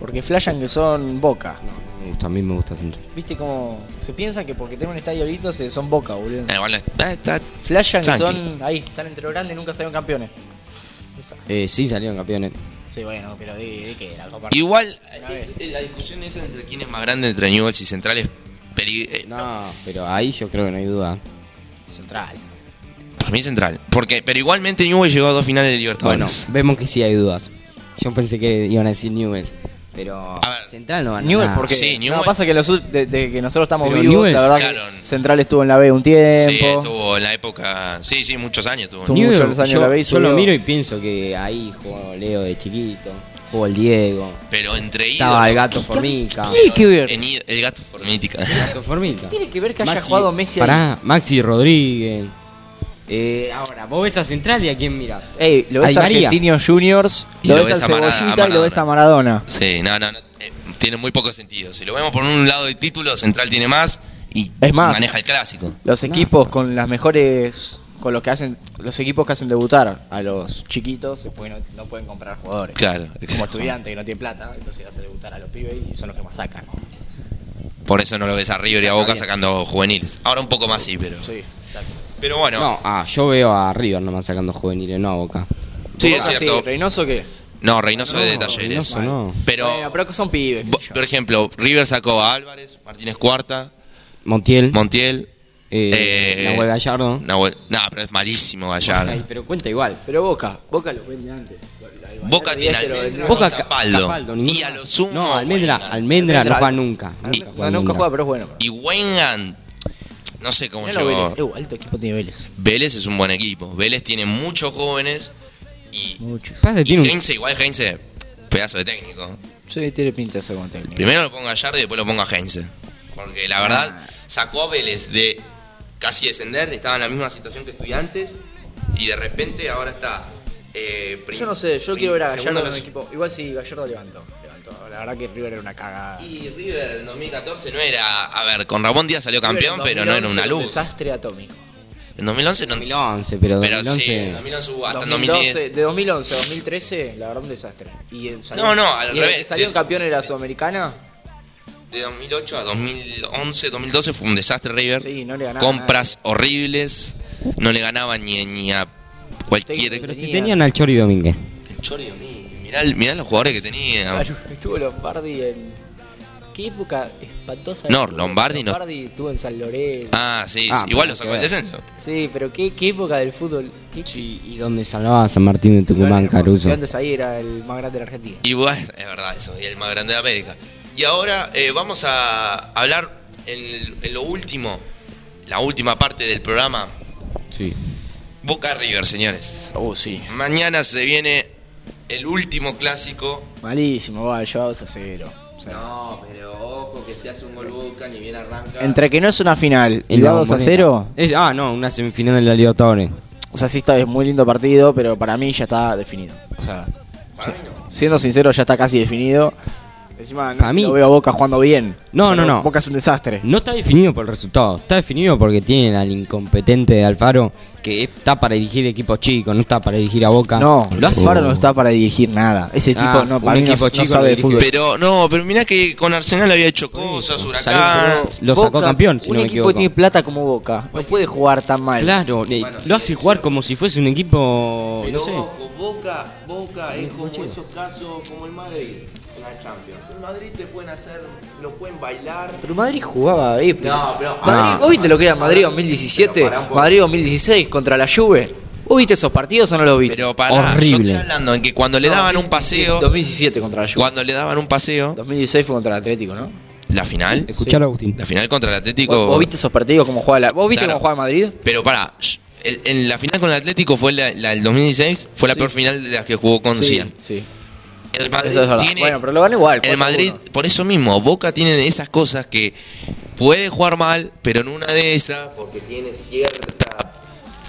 [SPEAKER 3] Porque flashan que son Boca.
[SPEAKER 2] Me gusta, a mí me gusta Central.
[SPEAKER 3] Viste como se piensa que porque tienen un estadio lindo se son Boca, boludo.
[SPEAKER 1] Ah, igual no Eh, está- está-
[SPEAKER 3] Flashan que
[SPEAKER 1] Tranqui.
[SPEAKER 3] son ahí, están entre lo grande y nunca salieron campeones.
[SPEAKER 2] Eh, sí salieron campeones.
[SPEAKER 3] Sí, bueno, pero di, di que la Copa
[SPEAKER 1] Igual,
[SPEAKER 3] Una vez.
[SPEAKER 1] eh, la discusión esa entre quién es más grande entre Newell's y Central es peli- eh,
[SPEAKER 2] No, pero ahí yo creo que no hay duda.
[SPEAKER 3] Central.
[SPEAKER 1] Para mí Central. Porque, pero igualmente Newell llegó a dos finales de
[SPEAKER 2] Bueno,
[SPEAKER 1] Libertadores.
[SPEAKER 2] vemos que sí hay dudas. Yo pensé que iban a decir Newell, pero
[SPEAKER 1] A ver.
[SPEAKER 2] Central no van
[SPEAKER 3] Newell,
[SPEAKER 2] a
[SPEAKER 3] porque
[SPEAKER 1] Sí,
[SPEAKER 3] no
[SPEAKER 1] Newell's.
[SPEAKER 3] pasa que los ul- desde que nosotros estamos
[SPEAKER 2] Pero
[SPEAKER 3] vivos, la
[SPEAKER 2] Newell's-
[SPEAKER 3] verdad
[SPEAKER 1] Claro.
[SPEAKER 3] que Central estuvo en la B un
[SPEAKER 1] sí,
[SPEAKER 3] tiempo.
[SPEAKER 1] estuvo en la época. Sí, sí, muchos años estuvo.
[SPEAKER 3] Estuvo- muchos años
[SPEAKER 2] yo,
[SPEAKER 3] la veis,
[SPEAKER 2] yo lo
[SPEAKER 3] boludo.
[SPEAKER 2] miro y pienso que ahí jugó Leo de chiquito, jugó el Diego,
[SPEAKER 1] Pero entre
[SPEAKER 2] estaba el
[SPEAKER 1] ídolos-
[SPEAKER 2] gato Formica.
[SPEAKER 3] ¿Qué tiene que ver?
[SPEAKER 1] en íd- el gato Formica.
[SPEAKER 2] El gato Formica.
[SPEAKER 3] tiene que ver que haya jugado Messi ahí?
[SPEAKER 2] Pará, Maxi Rodríguez. Eh, ahora, vos ves a Central y a quién mirás.
[SPEAKER 3] Ey, lo ves
[SPEAKER 2] Ay,
[SPEAKER 3] a
[SPEAKER 2] María.
[SPEAKER 3] Argentinos Juniors,
[SPEAKER 1] Y
[SPEAKER 3] lo ves a Cebollita y lo ves a Maradona.
[SPEAKER 1] Sí, no, no, no, eh, tiene muy poco sentido. Si lo vemos por un lado de título, Central tiene más y
[SPEAKER 3] Es más.
[SPEAKER 1] maneja el clásico.
[SPEAKER 3] Los
[SPEAKER 2] No.
[SPEAKER 3] equipos con las mejores con los que hacen los equipos que hacen debutar a los chiquitos, después no, no pueden comprar jugadores.
[SPEAKER 1] Claro.
[SPEAKER 3] Como estudiante que no tiene plata, entonces hace debutar a los pibes y son los que más sacan.
[SPEAKER 1] Por eso no lo ves a River y a Boca
[SPEAKER 3] bien.
[SPEAKER 1] sacando juveniles. Ahora un poco más sí, pero.
[SPEAKER 3] Sí, exacto.
[SPEAKER 1] Pero bueno,
[SPEAKER 2] No, ah, yo veo a River nomás sacando juveniles, no a Boca.
[SPEAKER 1] sí, es
[SPEAKER 3] Boca
[SPEAKER 1] cierto.
[SPEAKER 3] Ah, Reynoso que
[SPEAKER 1] no, Reynoso es de
[SPEAKER 2] No,
[SPEAKER 1] talleres.
[SPEAKER 2] Reynoso no.
[SPEAKER 1] Pero,
[SPEAKER 3] Bueno, pero que son pibes. qué
[SPEAKER 1] bo-
[SPEAKER 3] sé yo.
[SPEAKER 1] por ejemplo, River sacó a Álvarez, Martínez Cuarta,
[SPEAKER 2] Montiel,
[SPEAKER 1] Montiel.
[SPEAKER 2] eh,
[SPEAKER 1] eh,
[SPEAKER 2] Nahuel Gallardo.
[SPEAKER 1] Nahuel- No, pero es malísimo Gallardo.
[SPEAKER 2] Ay, pero cuenta igual.
[SPEAKER 3] Pero Boca, Boca los vende antes. La- la-
[SPEAKER 1] Boca
[SPEAKER 3] la-
[SPEAKER 1] tiene
[SPEAKER 3] la- la-
[SPEAKER 1] Almendra.
[SPEAKER 3] la-
[SPEAKER 1] Boca
[SPEAKER 2] Boca
[SPEAKER 1] con Capaldo.
[SPEAKER 2] ninguno.
[SPEAKER 1] Y a lo sumo,
[SPEAKER 2] No, Almendra,
[SPEAKER 1] Weyland.
[SPEAKER 2] Almendra no
[SPEAKER 3] Almendra-
[SPEAKER 2] juega nunca.
[SPEAKER 3] la- Ah, No, nunca juega, pero es bueno.
[SPEAKER 1] Y Wengan, no sé cómo
[SPEAKER 3] Mirá
[SPEAKER 1] llegó.
[SPEAKER 3] lo Vélez. Eh, alto equipo tiene Vélez.
[SPEAKER 1] Vélez es un buen equipo. Vélez tiene muchos jóvenes y,
[SPEAKER 3] Muchos.
[SPEAKER 2] Pasa que
[SPEAKER 1] y
[SPEAKER 2] tiene un-
[SPEAKER 1] Heinze, igual Heinze, pedazo de técnico.
[SPEAKER 3] Sí, tiene pinta de ser buen técnico.
[SPEAKER 1] Primero lo pongo a Gallardo y después lo pongo a Heinze. Porque la verdad,
[SPEAKER 3] Ah.
[SPEAKER 1] sacó a Vélez de casi descender, estaba en la misma situación que estudiantes y de repente ahora está... eh, prim-
[SPEAKER 3] Yo no sé, yo
[SPEAKER 1] prim-
[SPEAKER 3] quiero ver a
[SPEAKER 1] segundo
[SPEAKER 3] Gallardo en un
[SPEAKER 1] clasi-
[SPEAKER 3] equipo. Igual si Gallardo levantó, levantó. La verdad que River era una cagada.
[SPEAKER 1] Y River en 2014 no era... A ver, con Ramón Díaz salió campeón,
[SPEAKER 3] River
[SPEAKER 1] pero
[SPEAKER 3] en
[SPEAKER 1] no era una
[SPEAKER 3] 2011
[SPEAKER 1] luz.
[SPEAKER 3] Desastre atómico.
[SPEAKER 1] En 2011 no...
[SPEAKER 2] 2011, pero,
[SPEAKER 1] Pero
[SPEAKER 2] 2011.
[SPEAKER 1] sí, en 2011 hubo hasta en
[SPEAKER 3] 2012,
[SPEAKER 1] 2010.
[SPEAKER 3] de 2011 a 2013, la verdad un desastre. Y eh, salió,
[SPEAKER 1] No, no, al
[SPEAKER 3] y el que
[SPEAKER 1] revés. eh.
[SPEAKER 3] salió
[SPEAKER 1] De-
[SPEAKER 3] un campeón era Sudamericana.
[SPEAKER 1] De 2008 a 2011, 2012 fue un desastre River.
[SPEAKER 3] Sí, no le ganaba.
[SPEAKER 1] compras horribles, no le ganaban ni, ni a cualquier...
[SPEAKER 2] Pero si
[SPEAKER 3] Tenían-
[SPEAKER 2] tenían al Chori Domínguez.
[SPEAKER 1] El Chori Domínguez, mirá, el- mirá los jugadores que
[SPEAKER 3] a
[SPEAKER 1] tenía.
[SPEAKER 3] nadie. Claro, Estuvo Lombardi en. Qué época espantosa.
[SPEAKER 1] No, Lombardi no-
[SPEAKER 3] Lombardi estuvo en San Lorenzo.
[SPEAKER 1] Ah, sí,
[SPEAKER 2] Ah,
[SPEAKER 1] sí, igual
[SPEAKER 2] para
[SPEAKER 1] lo sacó
[SPEAKER 2] que
[SPEAKER 1] del
[SPEAKER 2] veas.
[SPEAKER 1] descenso.
[SPEAKER 3] Sí, pero qué, qué época del fútbol. Qué
[SPEAKER 2] Sí, y donde salvaba a San Martín de Tucumán, Caruso.
[SPEAKER 3] Antes ahí era el más grande de la Argentina.
[SPEAKER 1] Igual, es verdad eso, y el más grande de América. Y ahora eh, vamos a hablar en, en lo último, la última parte del programa,
[SPEAKER 2] Sí.
[SPEAKER 1] Boca River, señores.
[SPEAKER 3] Oh, sí.
[SPEAKER 1] Mañana se viene el último clásico.
[SPEAKER 3] Malísimo, va, llevados a cero. O sea,
[SPEAKER 1] No, pero ojo que se hace un gol Boca, ni bien arranca.
[SPEAKER 3] Entre que no es una final y
[SPEAKER 2] El
[SPEAKER 3] va 2 a 0,
[SPEAKER 2] Es- ah, no, una semifinal de la Libertadores.
[SPEAKER 3] o sea, sí está, es muy lindo partido, pero para mí ya está definido. O sea,
[SPEAKER 1] Para mí no.
[SPEAKER 3] siendo sincero, ya está casi definido. Encima, no
[SPEAKER 2] Para mí-
[SPEAKER 3] lo veo a Boca jugando bien.
[SPEAKER 2] No,
[SPEAKER 3] O sea,
[SPEAKER 2] no, no.
[SPEAKER 3] Boca es un desastre.
[SPEAKER 2] No está definido por el resultado, está definido porque tienen al incompetente de Alfaro que está para dirigir equipos chicos, no está para dirigir a Boca.
[SPEAKER 3] No,
[SPEAKER 2] lo hace.
[SPEAKER 3] Alfaro no está para dirigir nada. Ese
[SPEAKER 2] Ah,
[SPEAKER 3] tipo no, para
[SPEAKER 2] un
[SPEAKER 3] mí no-
[SPEAKER 2] equipo
[SPEAKER 3] no
[SPEAKER 2] chico
[SPEAKER 3] sabe de
[SPEAKER 2] dirige.
[SPEAKER 3] fútbol.
[SPEAKER 1] Pero no, pero mirá que con Arsenal había hecho cosas, Huracán.
[SPEAKER 2] Salió- Lo sacó
[SPEAKER 3] Boca,
[SPEAKER 2] campeón, si
[SPEAKER 3] un
[SPEAKER 2] no me
[SPEAKER 3] equipo
[SPEAKER 2] equivoco.
[SPEAKER 3] que tiene plata como Boca. No puede jugar tan mal.
[SPEAKER 2] Claro, eh,
[SPEAKER 1] Bueno,
[SPEAKER 2] lo hace jugar como si fuese un equipo,
[SPEAKER 1] Pero
[SPEAKER 2] no sé.
[SPEAKER 1] ojo, Boca, Boca es como
[SPEAKER 2] chico.
[SPEAKER 1] esos casos como el Madrid en la Champions. En Madrid te pueden hacer, lo pueden bailar.
[SPEAKER 3] Pero Madrid jugaba eh,
[SPEAKER 1] No, pero-
[SPEAKER 3] Madrid,
[SPEAKER 2] No.
[SPEAKER 3] ¿Vos viste lo que era Madrid 2017?
[SPEAKER 1] Pero pará un poco.
[SPEAKER 3] Madrid 2016 contra la Juve. ¿Vos viste esos partidos o no los viste?
[SPEAKER 1] Pero para yo
[SPEAKER 2] Horrible.
[SPEAKER 1] estoy hablando en que cuando le daban un paseo,
[SPEAKER 3] 2017 contra la Juve.
[SPEAKER 1] cuando le daban un paseo,
[SPEAKER 3] 2016 fue contra el Atlético, ¿no?
[SPEAKER 1] la final,
[SPEAKER 2] Escuchar a Agustín.
[SPEAKER 1] la final contra el
[SPEAKER 3] ¿Vos,
[SPEAKER 1] Atlético.
[SPEAKER 3] vos viste esos partidos cómo juega la... ¿Vos viste
[SPEAKER 1] Claro.
[SPEAKER 3] cómo juega Madrid?
[SPEAKER 1] Pero para, en la final con el Atlético fue la, la del 2016, fue la
[SPEAKER 3] Sí.
[SPEAKER 1] peor final de las que jugó con Zidane.
[SPEAKER 3] sí.
[SPEAKER 1] El Madrid
[SPEAKER 3] Eso es verdad.
[SPEAKER 1] tiene
[SPEAKER 3] Bueno, pero lo ganó igual.
[SPEAKER 1] El
[SPEAKER 3] 4-1.
[SPEAKER 1] Madrid, por eso mismo, Boca tiene esas cosas que puede jugar mal, pero en una de esas, porque tiene cierta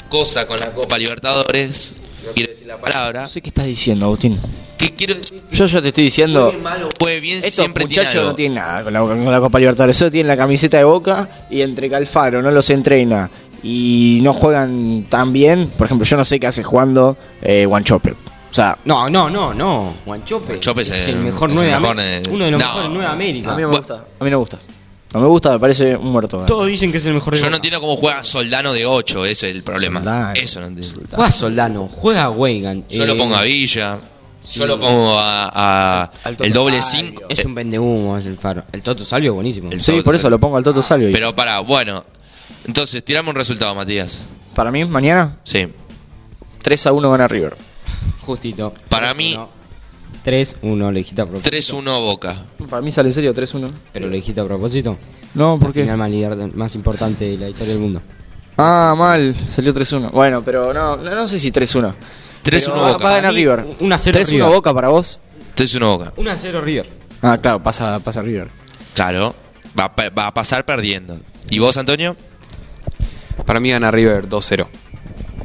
[SPEAKER 1] cosa con la Copa Libertadores, no quiero decir la palabra,
[SPEAKER 3] No sé qué estás diciendo, Agustín.
[SPEAKER 1] que quiero decir,
[SPEAKER 3] Yo ya te estoy diciendo...
[SPEAKER 1] puede mal o puede bien,
[SPEAKER 3] Estos
[SPEAKER 1] siempre tiene
[SPEAKER 3] muchachos
[SPEAKER 1] algo.
[SPEAKER 3] no tienen nada con la, con la Copa Libertadores. Solo tienen la camiseta de Boca y entre que Alfaro no los entrena y no juegan tan bien. Por ejemplo, yo no sé qué hace jugando eh, Guanchope. O sea,
[SPEAKER 2] No, no, no, no. Guanchope
[SPEAKER 1] Guanchope es
[SPEAKER 2] es
[SPEAKER 1] el-
[SPEAKER 2] el mejor
[SPEAKER 1] es el
[SPEAKER 2] 9
[SPEAKER 1] mejor de-
[SPEAKER 2] Uno de los
[SPEAKER 1] No.
[SPEAKER 2] mejores 9 de América.
[SPEAKER 3] a mí no me
[SPEAKER 1] Gua-
[SPEAKER 3] gusta. A mí no me gusta. No me gusta, me parece un muerto.
[SPEAKER 2] Todos dicen que es el mejor de
[SPEAKER 1] Yo no
[SPEAKER 2] Boca.
[SPEAKER 1] entiendo cómo juega Soldano de 8, ese es el problema.
[SPEAKER 3] Soldano.
[SPEAKER 1] Eso no entiendo.
[SPEAKER 2] Juega Soldano, juega Weigan.
[SPEAKER 1] Yo
[SPEAKER 2] eh,
[SPEAKER 1] lo pongo a Villa,
[SPEAKER 2] sí.
[SPEAKER 1] yo lo pongo a, a
[SPEAKER 3] Al Toto
[SPEAKER 1] el doble
[SPEAKER 3] Salvio.
[SPEAKER 1] 5.
[SPEAKER 2] Es un vendehumo, es el faro. El Toto Salvio es buenísimo.
[SPEAKER 1] El-
[SPEAKER 3] Sí, por eso lo pongo al Toto Salvio. Y-
[SPEAKER 1] Pero para, bueno. Entonces, tirame un resultado, Matías.
[SPEAKER 3] Para mí, mañana,
[SPEAKER 1] Sí.
[SPEAKER 3] 3 a 1 gana River.
[SPEAKER 2] Justito.
[SPEAKER 1] Para mí-
[SPEAKER 2] 3-1, lo dijiste a propósito.
[SPEAKER 1] 3-1 Boca.
[SPEAKER 3] Para mí sale en serio 3 1.
[SPEAKER 2] Pero lo dijiste a propósito.
[SPEAKER 3] No,
[SPEAKER 2] Porque
[SPEAKER 3] porque.
[SPEAKER 2] final más, lider- más importante de la historia del mundo.
[SPEAKER 3] Ah, mal, salió 3 1. Bueno, pero no, no, no sé si 3 1.
[SPEAKER 1] 3-1
[SPEAKER 3] Pero va-
[SPEAKER 1] Boca.
[SPEAKER 3] Va a ganar River.
[SPEAKER 2] 1-0
[SPEAKER 3] 3 1
[SPEAKER 2] River.
[SPEAKER 3] Boca para vos.
[SPEAKER 1] 3-1 Boca.
[SPEAKER 2] 1-0 River.
[SPEAKER 3] Ah, claro, pasa, pasa River.
[SPEAKER 1] Claro. Va, a pe- va a pasar perdiendo. ¿Y vos, Antonio?
[SPEAKER 4] Para mí gana River 2-0.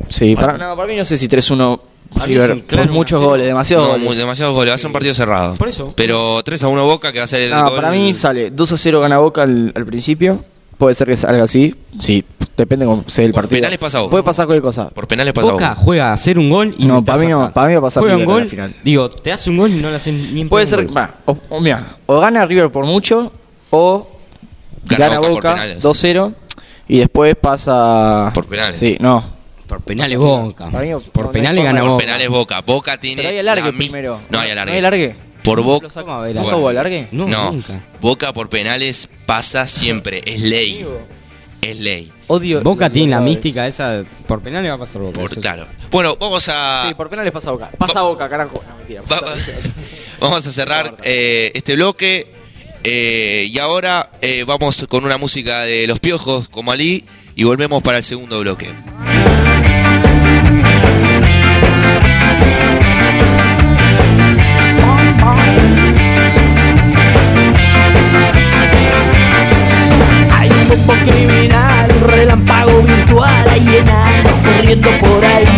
[SPEAKER 3] Sí,
[SPEAKER 1] Bueno.
[SPEAKER 3] para, no, para mí no sé si 3 1
[SPEAKER 2] Para mí es un
[SPEAKER 3] River.
[SPEAKER 2] claro
[SPEAKER 3] Por muchos
[SPEAKER 2] 1-0.
[SPEAKER 3] goles, demasiados
[SPEAKER 1] No,
[SPEAKER 3] goles.
[SPEAKER 1] mu- demasiados goles. Va a ser un partido cerrado.
[SPEAKER 2] Por eso.
[SPEAKER 1] Pero 3-1 Boca, que va a ser el.
[SPEAKER 3] No,
[SPEAKER 1] gol-
[SPEAKER 3] para mí sale 2 a 0 gana Boca al, al principio. Puede ser que salga así. Sí, depende cómo sea el
[SPEAKER 1] Por
[SPEAKER 3] partido.
[SPEAKER 1] penales pasa Boca.
[SPEAKER 3] Puede pasar cualquier cosa.
[SPEAKER 1] Por penales pasa
[SPEAKER 2] Boca juega a hacer un gol y
[SPEAKER 3] No,
[SPEAKER 2] te
[SPEAKER 3] para mí no,
[SPEAKER 2] sacan.
[SPEAKER 3] para mí va a pasar
[SPEAKER 2] Juega un
[SPEAKER 3] River en
[SPEAKER 2] gol,
[SPEAKER 3] la final.
[SPEAKER 2] digo, te hace un gol y no le hacen ni en
[SPEAKER 3] Puede
[SPEAKER 2] pedo un
[SPEAKER 3] ser,
[SPEAKER 2] gol.
[SPEAKER 3] va, o, o mira, o gana River por mucho o
[SPEAKER 1] Gana
[SPEAKER 3] gana,
[SPEAKER 1] Boca por
[SPEAKER 3] Boca,
[SPEAKER 1] penales.
[SPEAKER 3] 2-0 y después pasa
[SPEAKER 1] Por penales.
[SPEAKER 3] Sí, no.
[SPEAKER 2] Por penales Boca.
[SPEAKER 3] Para mí no-
[SPEAKER 2] por
[SPEAKER 3] no
[SPEAKER 2] penales
[SPEAKER 3] hay
[SPEAKER 2] gana
[SPEAKER 3] forma
[SPEAKER 1] Por
[SPEAKER 3] de-
[SPEAKER 2] Boca.
[SPEAKER 1] penales Boca. Boca tiene.
[SPEAKER 3] Pero hay alargue
[SPEAKER 1] la mis-
[SPEAKER 3] primero.
[SPEAKER 1] No hay alargue.
[SPEAKER 3] No hay alargue.
[SPEAKER 1] Por Boca.
[SPEAKER 2] ¿Cómo va a haber
[SPEAKER 1] ¿No
[SPEAKER 2] alargue?
[SPEAKER 1] hubo
[SPEAKER 3] alargue?
[SPEAKER 2] No,
[SPEAKER 1] No,
[SPEAKER 2] nunca.
[SPEAKER 1] Boca por penales pasa siempre. Es ley. Es ley.
[SPEAKER 3] Odio
[SPEAKER 2] Boca
[SPEAKER 3] los
[SPEAKER 2] tiene la
[SPEAKER 3] Libertadores.
[SPEAKER 2] mística esa. Por penales va a pasar Boca.
[SPEAKER 1] Por-
[SPEAKER 2] eso es-
[SPEAKER 1] claro. Bueno, vamos a.
[SPEAKER 3] Sí, por penales pasa Boca. Pasa Boca, carajo. No, mentira.
[SPEAKER 1] Va-
[SPEAKER 3] pasa-
[SPEAKER 1] vamos a cerrar eh, este bloque. eh, y ahora eh, vamos con una música de Los Piojos, como Ali, y volvemos para el segundo bloque.
[SPEAKER 5] Hay un grupo criminal, un relámpago virtual, hay enanos corriendo por ahí.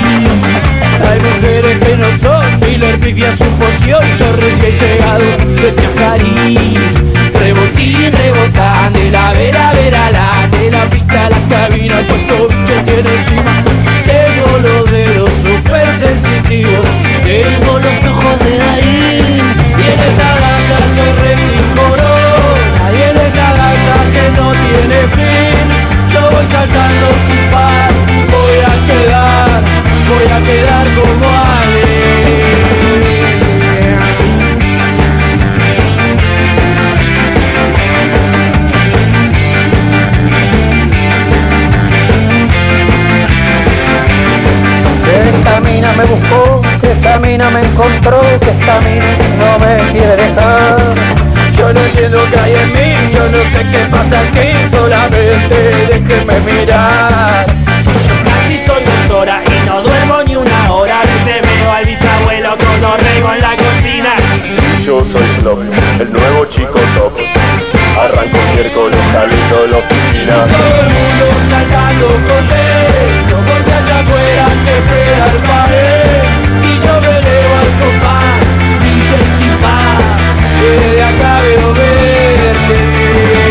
[SPEAKER 5] Hay mujeres que no son, y la herbicia su poción, yo recién llegado de Chajarí. Rebotín, rebotán, de la vera, a vera, la, de la pista a la cabina, puesto bicho tiene encima. Tengo los dedos super sensitivos, tengo los ojos de Darín, y en esta banda se resincoró. Nadie de canasta que no tiene fin Yo voy cantando sin par Voy a quedar, voy a quedar como Ale Esta mina me buscó, esta mina me encontró, que esta mina no me quiere dejar. Yo no entiendo qué hay en mí, yo no sé qué pasa aquí, solamente déjenme mirar. Yo casi soy doctora y no duermo ni una hora, desde veo al bisabuelo con orrego en la cocina.
[SPEAKER 6] Yo soy Flop, el nuevo chico top. Arranco miércoles saliendo de la oficina.
[SPEAKER 5] Todo el mundo saltando con él Yo volví allá afuera que fuera al pared Y yo me elevo al compás Dice el timpán Que de acá veo verde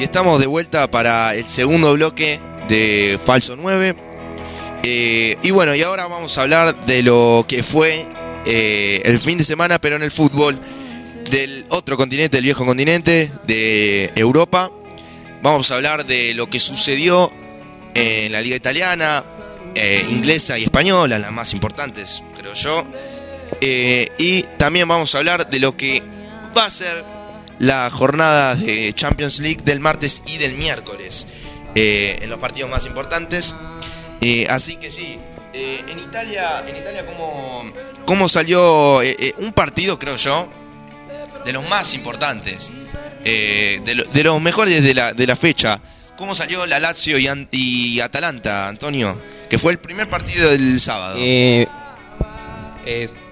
[SPEAKER 1] estamos de vuelta para el segundo bloque de Falso 9. Eh, y bueno, y ahora vamos a hablar de lo que fue eh, el fin de semana, pero en el fútbol del otro continente, del viejo continente, de Europa. Vamos a hablar de lo que sucedió en la liga italiana, eh, inglesa y española, las más importantes, creo yo. Eh, y también vamos a hablar de lo que va a ser la jornada de Champions League del martes y del miércoles, eh, en los partidos más importantes. Eh, así que sí, eh, en Italia, en Italia cómo, cómo salió eh, eh, un partido, creo yo, de los más importantes, eh, de, lo- de los mejores de la, de la fecha. ¿Cómo salió la Lazio y, An- y Atalanta, Antonio? Que fue el primer partido del sábado.
[SPEAKER 2] Eh,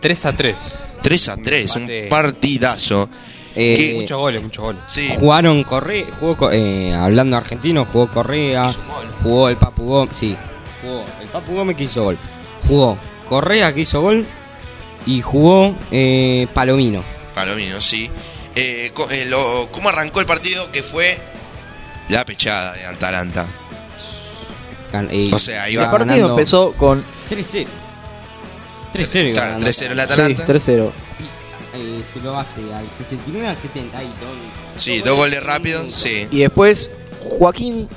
[SPEAKER 4] 3 a 3.
[SPEAKER 1] 3 a 3, un
[SPEAKER 4] empate.
[SPEAKER 1] partidazo.
[SPEAKER 2] eh,
[SPEAKER 1] Qué-
[SPEAKER 4] Muchos goles, muchos goles.
[SPEAKER 1] Sí,
[SPEAKER 2] Jugaron Correa, jugó, Co- eh, hablando argentino, jugó Correa,
[SPEAKER 1] Hizo un gol.
[SPEAKER 2] jugó el Papu Gómez, sí, jugó el Papu Gómez que hizo gol, jugó Correa que hizo gol y jugó eh, Palomino.
[SPEAKER 1] Palomino, sí. Eh, co- eh, lo- ¿Cómo arrancó el partido? Que fue la pechada de Atalanta.
[SPEAKER 2] Gan- eh,
[SPEAKER 1] O sea, Ah, iba
[SPEAKER 2] iba
[SPEAKER 1] va
[SPEAKER 3] El partido
[SPEAKER 2] ganando
[SPEAKER 3] empezó con
[SPEAKER 2] 3-0. 3-0 iba
[SPEAKER 1] Claro,
[SPEAKER 2] ganando
[SPEAKER 1] 3-0 la
[SPEAKER 2] Atalanta.
[SPEAKER 1] Atalanta.
[SPEAKER 3] Sí, 3-0.
[SPEAKER 2] Eh, se lo hace al 69 al 72.
[SPEAKER 1] Sí, dos goles rápidos, sí.
[SPEAKER 3] Y después Joaquín.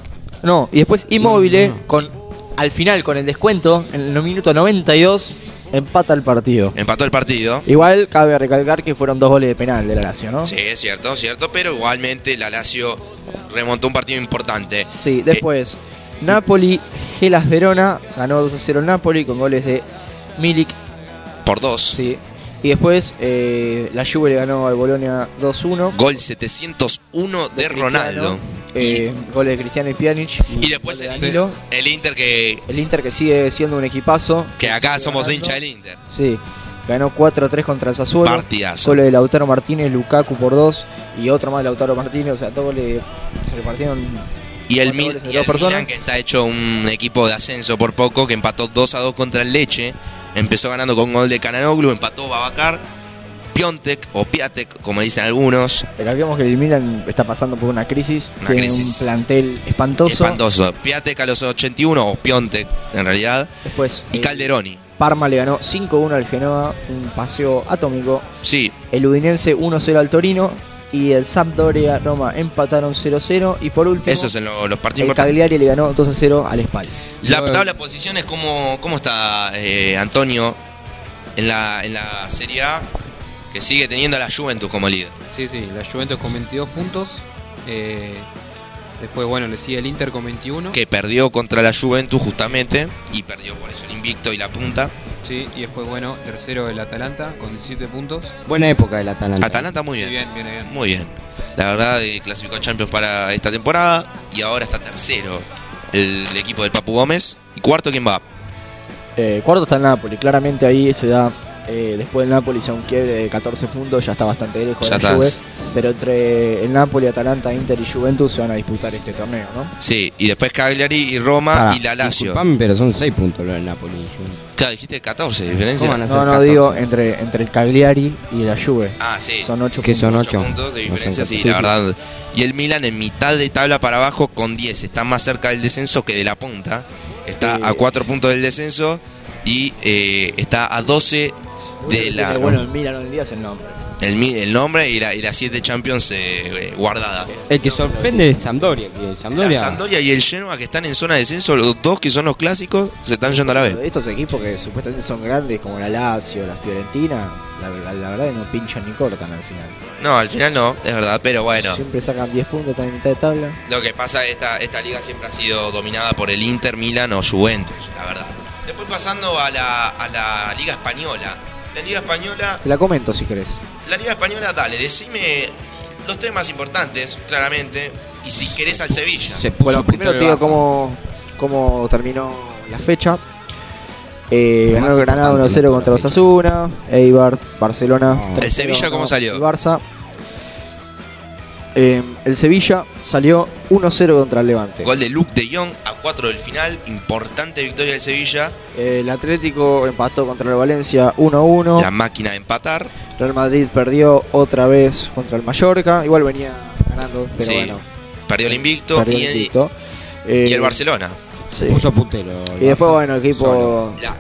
[SPEAKER 3] No, y después Inmóvil
[SPEAKER 2] No, no.
[SPEAKER 3] con al final con el descuento en el minuto 92 empata el partido.
[SPEAKER 1] Empató el partido.
[SPEAKER 3] Igual cabe recalcar que fueron dos goles de penal de la Lazio, ¿no?
[SPEAKER 1] Sí, es cierto, es cierto, pero igualmente la Lazio remontó un partido importante.
[SPEAKER 3] Sí, después Napoli Gelas Verona ganó 2 a 0 el Napoli con goles de Milik.
[SPEAKER 1] Por dos.
[SPEAKER 3] Sí. Y después eh, la Juve le ganó al Bolonia 2 1.
[SPEAKER 1] Gol 701 de, Ronaldo.
[SPEAKER 3] Eh, goles de Cristiano y Pjanic
[SPEAKER 1] Y después
[SPEAKER 3] gol de
[SPEAKER 1] el,
[SPEAKER 3] Danilo.
[SPEAKER 1] el Inter que,
[SPEAKER 3] El Inter que sigue siendo un equipazo.
[SPEAKER 1] que acá
[SPEAKER 3] Sigue
[SPEAKER 1] somos
[SPEAKER 3] ganando.
[SPEAKER 1] hincha del Inter.
[SPEAKER 3] Sí, ganó 4-3 contra el Sassuolo.
[SPEAKER 1] Partidazo.
[SPEAKER 3] Solo de Lautaro Martínez, Lukaku por 2 y otro más de Lautaro Martínez. O sea, todos le, se repartieron.
[SPEAKER 1] Y el,
[SPEAKER 3] cuatro
[SPEAKER 1] Mil-
[SPEAKER 3] goles de
[SPEAKER 1] y
[SPEAKER 3] dos
[SPEAKER 1] el
[SPEAKER 3] personas.
[SPEAKER 1] Milan que está hecho un equipo de ascenso por poco que empató 2 a 2 contra el Leche. Empezó ganando con gol de Cananoglu, empató Babacar, Piontek o Piatek, como dicen algunos.
[SPEAKER 3] Recalquemos que el Milan está pasando por una crisis.
[SPEAKER 1] Una
[SPEAKER 3] tiene
[SPEAKER 1] crisis.
[SPEAKER 3] un plantel espantoso.
[SPEAKER 1] Espantoso. Piatek a los 81 o Piontek en realidad.
[SPEAKER 3] Después,
[SPEAKER 1] Y
[SPEAKER 3] eh,
[SPEAKER 1] Calderoni.
[SPEAKER 3] Parma le ganó 5-1 al Genoa, un paseo atómico.
[SPEAKER 1] Sí,
[SPEAKER 3] El Udinense 1-0 al Torino. Y el Sampdoria Roma empataron 0-0. Y por último,
[SPEAKER 1] esos son lo- los partidos
[SPEAKER 3] el
[SPEAKER 1] importantes.
[SPEAKER 3] Cagliari le ganó 2-0 al Spal.
[SPEAKER 1] La
[SPEAKER 2] Luego-
[SPEAKER 1] tabla de posiciones, ¿cómo, cómo está eh, Antonio en la, en la Serie A? Que sigue teniendo a la Juventus como líder.
[SPEAKER 4] Sí, sí, la Juventus con 22 puntos. eh, después, bueno, le sigue el Inter con 21.
[SPEAKER 1] Que perdió contra la Juventus justamente. Y perdió por eso el invicto y la punta.
[SPEAKER 4] Sí, y después, bueno, tercero el Atalanta con 17 puntos.
[SPEAKER 2] Buena época del Atalanta.
[SPEAKER 1] Atalanta muy
[SPEAKER 4] Sí,
[SPEAKER 1] bien.
[SPEAKER 4] bien, viene bien.
[SPEAKER 1] Muy bien. La verdad, eh, clasificó a Champions para esta temporada. Y ahora está tercero el, el equipo del Papu Gómez. ¿Y cuarto quién va?
[SPEAKER 3] Eh, cuarto está el Napoli, claramente ahí se da. eh, después del Napoli, sea un quiebre de 14 puntos, ya está bastante lejos
[SPEAKER 1] Ya
[SPEAKER 3] de la Juve.
[SPEAKER 1] estás.
[SPEAKER 3] Pero entre el Napoli, Atalanta, Inter y Juventus se van a disputar este torneo, ¿no?
[SPEAKER 1] Sí, y después Cagliari y Roma
[SPEAKER 2] Pará,
[SPEAKER 1] y la Lazio.
[SPEAKER 2] disculpame, pero son 6 puntos lo del Napoli. yo-
[SPEAKER 1] Claro, dijiste 14 de diferencia.
[SPEAKER 2] ¿Cómo van a ser
[SPEAKER 3] No, no,
[SPEAKER 2] 14?
[SPEAKER 3] digo entre, entre el Cagliari y la Juve.
[SPEAKER 1] Ah, sí.
[SPEAKER 3] Son 8
[SPEAKER 2] Que
[SPEAKER 3] puntos.
[SPEAKER 2] son
[SPEAKER 1] Ocho
[SPEAKER 2] 8.
[SPEAKER 1] puntos de diferencia, sí, la verdad. Y el Milan en mitad de tabla para abajo con 10. Está más cerca del descenso que de la punta. Está
[SPEAKER 3] Sí.
[SPEAKER 1] a 4 puntos del descenso y eh, está a 12 de la,
[SPEAKER 3] Pero bueno, el Milan hoy en día es el nombre.
[SPEAKER 1] el, mi- el nombre y la, y las 7 Champions eh, eh, guardadas.
[SPEAKER 2] El que sorprende es Sampdoria. Que
[SPEAKER 1] La
[SPEAKER 2] Sampdoria,
[SPEAKER 1] Sampdoria y el Genoa que están en zona de descenso, los dos que son los clásicos, se están yendo a la vez.
[SPEAKER 3] Estos equipos que supuestamente son grandes, como la Lazio, la Fiorentina, la, la- la verdad que no pinchan ni cortan al final.
[SPEAKER 1] No, al final no, es verdad, pero bueno.
[SPEAKER 3] Siempre sacan 10 puntos, están en mitad de tabla.
[SPEAKER 1] Lo que pasa es que esta, esta liga siempre ha sido dominada por el Inter, Milan o Juventus, la verdad. Después pasando a la, a la Liga Española. La Liga Española,
[SPEAKER 3] Te la comento si querés.
[SPEAKER 1] la Liga Española, dale, decime los temas importantes, claramente, y si querés al Sevilla.
[SPEAKER 2] se puso
[SPEAKER 3] Bueno, primero
[SPEAKER 2] puntero
[SPEAKER 3] te digo
[SPEAKER 2] Barça.
[SPEAKER 3] cómo, cómo terminó la fecha. Eh,
[SPEAKER 2] Lo
[SPEAKER 3] ganó
[SPEAKER 2] más
[SPEAKER 3] el Granada
[SPEAKER 2] importante,
[SPEAKER 3] 1-0
[SPEAKER 2] ¿no?
[SPEAKER 3] contra
[SPEAKER 2] La
[SPEAKER 3] los
[SPEAKER 2] fecha.
[SPEAKER 3] Asuna, Eibar, Barcelona.
[SPEAKER 2] No.
[SPEAKER 3] 3-0
[SPEAKER 1] ¿El Sevilla
[SPEAKER 3] ganó
[SPEAKER 1] cómo salió?
[SPEAKER 3] el Barça. Eh, el Sevilla salió 1-0 contra el Levante.
[SPEAKER 1] Gol de Luke de Jong a 4 del final, importante victoria del Sevilla,
[SPEAKER 3] El Atlético empató contra el Valencia 1-1.
[SPEAKER 1] la máquina de empatar.
[SPEAKER 3] Real Madrid perdió otra vez contra el Mallorca. Igual venía ganando, pero
[SPEAKER 1] Sí.
[SPEAKER 3] bueno.
[SPEAKER 1] perdió el invicto,
[SPEAKER 3] perdió
[SPEAKER 1] y,
[SPEAKER 3] el invicto. Eh,
[SPEAKER 1] y el Barcelona.
[SPEAKER 3] sí.
[SPEAKER 2] Puso puntero.
[SPEAKER 3] Y después, bueno, equipo
[SPEAKER 2] Solo.
[SPEAKER 1] La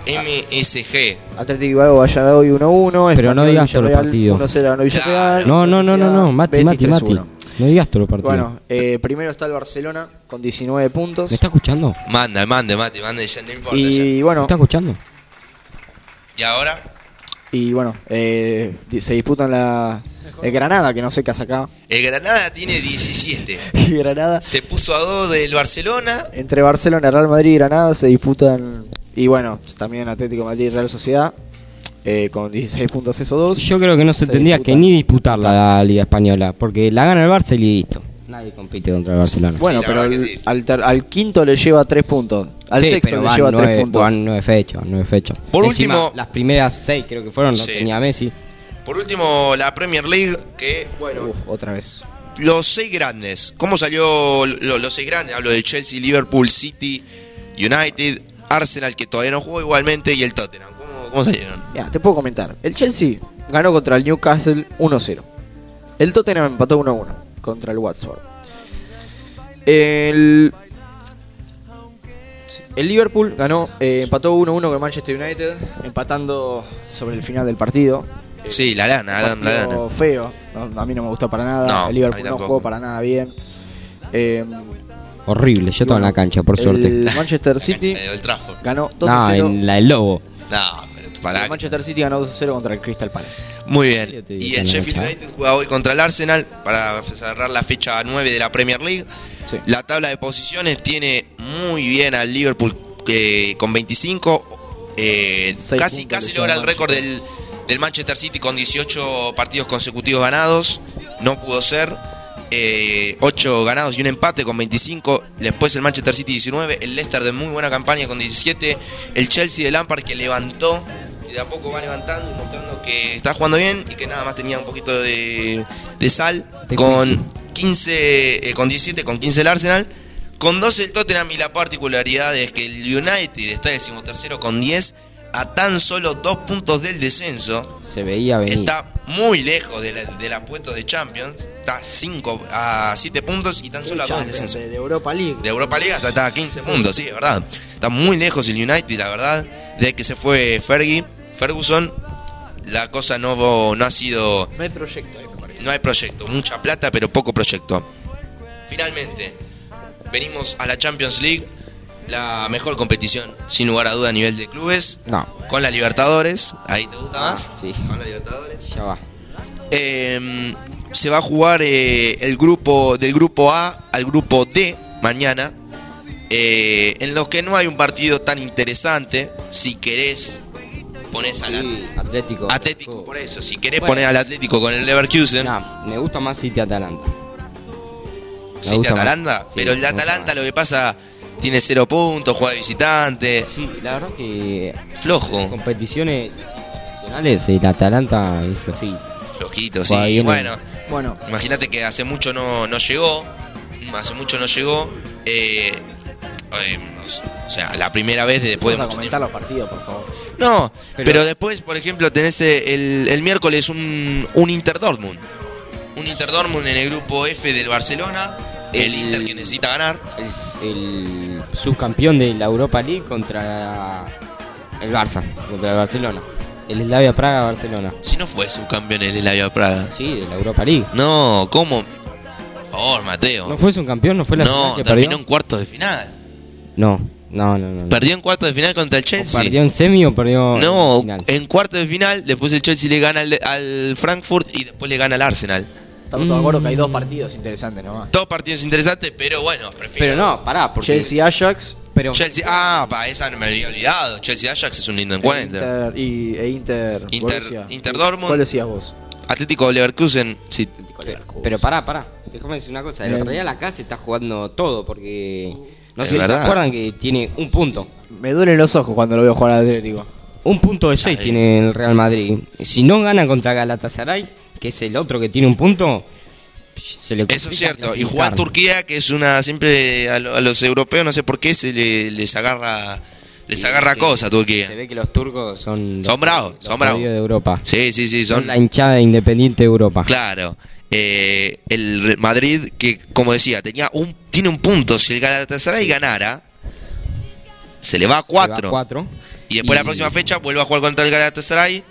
[SPEAKER 1] MSG.
[SPEAKER 3] Atlético Bilbao Valladolid 1-1.
[SPEAKER 2] Pero no
[SPEAKER 3] Español
[SPEAKER 2] digas todos los
[SPEAKER 3] Villarreal
[SPEAKER 2] partidos.
[SPEAKER 3] 1-0 ganó Villarreal.
[SPEAKER 2] No, no, no, no, no,
[SPEAKER 3] Sociedad,
[SPEAKER 2] Mati, Mati,
[SPEAKER 3] Betis
[SPEAKER 2] Mati.
[SPEAKER 3] 3-1.
[SPEAKER 2] No digas todos los partidos.
[SPEAKER 3] Bueno, eh, primero está el Barcelona con 19 puntos.
[SPEAKER 2] ¿Me está escuchando?
[SPEAKER 1] Manda, manda, mate, manda, ya no importa.
[SPEAKER 3] Y
[SPEAKER 2] ¿Me
[SPEAKER 3] bueno,
[SPEAKER 2] está escuchando?
[SPEAKER 1] ya. Y ahora,
[SPEAKER 3] y bueno eh, di- se disputan la el Granada, que no sé qué hace acá.
[SPEAKER 1] el Granada tiene 17.
[SPEAKER 3] Y Granada,
[SPEAKER 1] Se puso a dos del Barcelona.
[SPEAKER 3] entre Barcelona, Real Madrid y Granada se disputan. Y bueno, también Atlético de Madrid y Real Sociedad eh, con 16 puntos esos dos.
[SPEAKER 2] Yo creo que no se,
[SPEAKER 3] Se
[SPEAKER 2] tendría
[SPEAKER 3] disputa.
[SPEAKER 2] que ni disputar la, Liga Española, porque la gana el Barça y listo. Nadie compite contra el Barcelona.
[SPEAKER 3] Bueno,
[SPEAKER 1] Sí, la
[SPEAKER 3] pero
[SPEAKER 1] verdad
[SPEAKER 3] al,
[SPEAKER 1] que sí.
[SPEAKER 3] al ter- al quinto le lleva 3 puntos. Al
[SPEAKER 2] Sí,
[SPEAKER 3] sexto
[SPEAKER 2] pero
[SPEAKER 3] le
[SPEAKER 2] van
[SPEAKER 3] lleva 3
[SPEAKER 2] nueve-
[SPEAKER 3] puntos.
[SPEAKER 2] van nueve fechas, nueve fechas.
[SPEAKER 1] Por
[SPEAKER 2] Encima,
[SPEAKER 1] último-
[SPEAKER 2] las primeras seis creo que fueron, no
[SPEAKER 1] Sí.
[SPEAKER 2] tenía Messi.
[SPEAKER 1] Por último, la Premier League, que, bueno,
[SPEAKER 3] Uf, otra vez.
[SPEAKER 1] los seis grandes. ¿Cómo salió lo- los seis grandes? Hablo de Chelsea, Liverpool, City, United, Arsenal, que todavía no jugó igualmente, y el Tottenham. ¿Cómo, cómo salieron?
[SPEAKER 3] Mira, te puedo comentar. El Chelsea ganó contra el Newcastle 1-0. El Tottenham empató 1-1 contra el Watford. El, el Liverpool ganó, eh, empató 1-1 con Manchester United, empatando sobre el final del partido. Eh,
[SPEAKER 1] Sí, la lana, Adam, la
[SPEAKER 3] partido
[SPEAKER 1] lana.
[SPEAKER 3] feo. No, a mí no me gustó para nada.
[SPEAKER 1] No,
[SPEAKER 3] el
[SPEAKER 1] a mí
[SPEAKER 3] Liverpool no
[SPEAKER 1] tampoco.
[SPEAKER 3] jugó para nada bien. Eh,
[SPEAKER 2] Horrible, yo estaba en la cancha, por
[SPEAKER 3] el
[SPEAKER 2] suerte.
[SPEAKER 3] Manchester City
[SPEAKER 1] Eh, El Trafford.
[SPEAKER 3] ganó 2-0.
[SPEAKER 2] No, en la del Lobo.
[SPEAKER 1] No, pero
[SPEAKER 3] El
[SPEAKER 1] pará.
[SPEAKER 3] Manchester City ganó 2-0 contra el Crystal Palace.
[SPEAKER 1] Muy
[SPEAKER 2] Yo
[SPEAKER 1] bien.
[SPEAKER 2] te
[SPEAKER 1] Y
[SPEAKER 2] dije
[SPEAKER 1] el
[SPEAKER 2] la
[SPEAKER 1] Sheffield
[SPEAKER 2] noche, ¿eh?
[SPEAKER 1] United juega hoy contra el Arsenal para cerrar la fecha 9 de la Premier League.
[SPEAKER 3] Sí.
[SPEAKER 1] La tabla de posiciones tiene muy bien al Liverpool eh, con 25. eh,
[SPEAKER 3] Seis
[SPEAKER 1] casi
[SPEAKER 3] puntos
[SPEAKER 1] casi
[SPEAKER 3] le
[SPEAKER 1] logra el
[SPEAKER 3] lleva
[SPEAKER 1] récord
[SPEAKER 3] Manchester.
[SPEAKER 1] del, del Manchester City con 18 partidos consecutivos ganados. No pudo ser. 8 ganados y un empate con 25. Después el Manchester City 19. El Leicester de muy buena campaña con 17. El Chelsea de Lampard que levantó. Que de a poco va levantando y mostrando que está jugando bien y que nada más tenía un poquito de, de sal.
[SPEAKER 2] De
[SPEAKER 1] con 15, eh, con 17, con 15 el Arsenal. Con 12 el Tottenham y la particularidad es que el United está decimotercero con 10 a tan solo dos puntos del descenso.
[SPEAKER 2] Se veía venir.
[SPEAKER 1] Está muy lejos de la- del apuesto de Champions. Está 5 a 7 puntos y tan solo a 2 del descenso.
[SPEAKER 3] de Europa League.
[SPEAKER 1] De Europa League hasta está a 15 puntos, sí, es verdad. Está muy lejos el United, la verdad. Desde que se fue Fergie, Ferguson, la cosa no, no ha sido
[SPEAKER 3] No hay proyecto ahí, me parece.
[SPEAKER 1] no hay proyecto, mucha plata pero poco proyecto. Finalmente, venimos a la Champions League, la mejor competición, sin lugar a duda a nivel de clubes,
[SPEAKER 2] No,
[SPEAKER 1] con la Libertadores, ahí te gusta
[SPEAKER 2] Ah,
[SPEAKER 1] más,
[SPEAKER 2] sí.
[SPEAKER 1] con la Libertadores.
[SPEAKER 2] ya va.
[SPEAKER 1] Eh, se va a jugar eh, el grupo del grupo A al grupo D mañana, eh, en los que no hay un partido tan interesante, si querés pones al
[SPEAKER 2] Sí, Atlético.
[SPEAKER 1] Atlético por eso, si querés
[SPEAKER 2] Bueno.
[SPEAKER 1] poner al Atlético con el Leverkusen.
[SPEAKER 2] No, me gusta más City Atalanta. Me
[SPEAKER 1] Sí, de
[SPEAKER 2] gusta más.
[SPEAKER 1] Atalanta,
[SPEAKER 2] Sí,
[SPEAKER 1] pero el de
[SPEAKER 2] me gusta
[SPEAKER 1] Atalanta
[SPEAKER 2] más.
[SPEAKER 1] lo que pasa tiene cero puntos, juega de visitante,
[SPEAKER 2] Eh, Sí, la verdad que eh,
[SPEAKER 1] flojo,
[SPEAKER 2] competiciones así internacionales, el Atalanta es flojito.
[SPEAKER 1] flojito,
[SPEAKER 2] Juega
[SPEAKER 1] sí.
[SPEAKER 2] bien
[SPEAKER 1] Bueno,
[SPEAKER 3] Bueno,
[SPEAKER 1] imagínate que hace mucho no, no llegó, hace mucho no llegó, eh, eh, o sea, la primera vez después
[SPEAKER 3] vamos
[SPEAKER 1] de
[SPEAKER 3] a
[SPEAKER 1] mucho
[SPEAKER 3] comentar
[SPEAKER 1] tiempo.
[SPEAKER 3] los partidos, por favor.
[SPEAKER 1] No, pero,
[SPEAKER 2] Pero-
[SPEAKER 1] después, por ejemplo, tenés el, el miércoles un, un Inter Dortmund, un Inter Dortmund en el grupo F del Barcelona, el
[SPEAKER 2] El-
[SPEAKER 1] Inter que necesita ganar.
[SPEAKER 2] Es el subcampeón de la Europa League contra el Barça, contra el Barcelona. El Slavia Praga Barcelona.
[SPEAKER 1] Si no fue subcampeón el Slavia Praga.
[SPEAKER 2] Sí, de la Europa League.
[SPEAKER 1] No, ¿cómo? Por favor, Mateo.
[SPEAKER 2] ¿No fue un campeón? ¿No fue la
[SPEAKER 1] No,
[SPEAKER 2] final que
[SPEAKER 1] terminó
[SPEAKER 2] perdió?
[SPEAKER 1] en cuartos de final.
[SPEAKER 2] No, no, no, no. no.
[SPEAKER 1] Perdió en cuartos de final contra el
[SPEAKER 2] ¿O
[SPEAKER 1] Chelsea.
[SPEAKER 2] ¿Perdió en eh, semi o perdió
[SPEAKER 1] no,
[SPEAKER 2] en final?
[SPEAKER 1] en cuartos de final, después el Chelsea le gana al, al Frankfurt y después le gana al Arsenal.
[SPEAKER 3] Estamos todos de acuerdo que hay dos partidos interesantes nomás.
[SPEAKER 1] Dos partidos interesantes, pero bueno, prefiero.
[SPEAKER 2] Pero no, pará, porque...
[SPEAKER 3] Chelsea Ajax
[SPEAKER 2] Pero
[SPEAKER 1] Chelsea, ah, pa, esa no me había olvidado. Chelsea Ajax es un lindo encuentro.
[SPEAKER 3] Inter y, e Inter.
[SPEAKER 1] Inter-
[SPEAKER 3] Borussia.
[SPEAKER 1] Inter Dortmund.
[SPEAKER 3] ¿Cuál decías vos?
[SPEAKER 1] Atlético Leverkusen, sí.
[SPEAKER 2] Pe- Pero pará, pará. Déjame decir una cosa. El
[SPEAKER 3] Bien.
[SPEAKER 2] Real acá se está jugando todo porque. No
[SPEAKER 1] Es
[SPEAKER 2] sé si se
[SPEAKER 1] verdad.
[SPEAKER 2] acuerdan que tiene un punto.
[SPEAKER 3] Me duelen los ojos cuando lo veo jugar al Atlético.
[SPEAKER 2] Un punto de 6
[SPEAKER 1] Ay.
[SPEAKER 2] tiene el Real Madrid. Si no gana contra Galatasaray, que es el otro que tiene un punto, se le
[SPEAKER 1] Eso
[SPEAKER 2] complica
[SPEAKER 1] es cierto. Y
[SPEAKER 2] clasificar.
[SPEAKER 1] jugar Turquía, que es una. Siempre a, lo- a los europeos, no sé por qué, se le- les agarra. Les
[SPEAKER 2] Y
[SPEAKER 1] agarra
[SPEAKER 2] que
[SPEAKER 1] cosa a
[SPEAKER 2] Se
[SPEAKER 1] Turquía.
[SPEAKER 2] ve que los turcos son.
[SPEAKER 1] Son bravos,
[SPEAKER 2] los
[SPEAKER 1] son bravos.
[SPEAKER 2] jodidos de Europa.
[SPEAKER 1] Sí, sí, sí,
[SPEAKER 2] Son
[SPEAKER 1] son.
[SPEAKER 2] la hinchada de independiente de Europa.
[SPEAKER 1] Claro. eh, el Re- Madrid, que como decía, tenía un, tiene un punto. Si el Galatasaray ganara, se le va a
[SPEAKER 2] Se va a
[SPEAKER 1] cuatro.
[SPEAKER 2] cuatro.
[SPEAKER 1] Y después
[SPEAKER 2] Y-
[SPEAKER 1] la próxima fecha vuelve a jugar contra el Galatasaray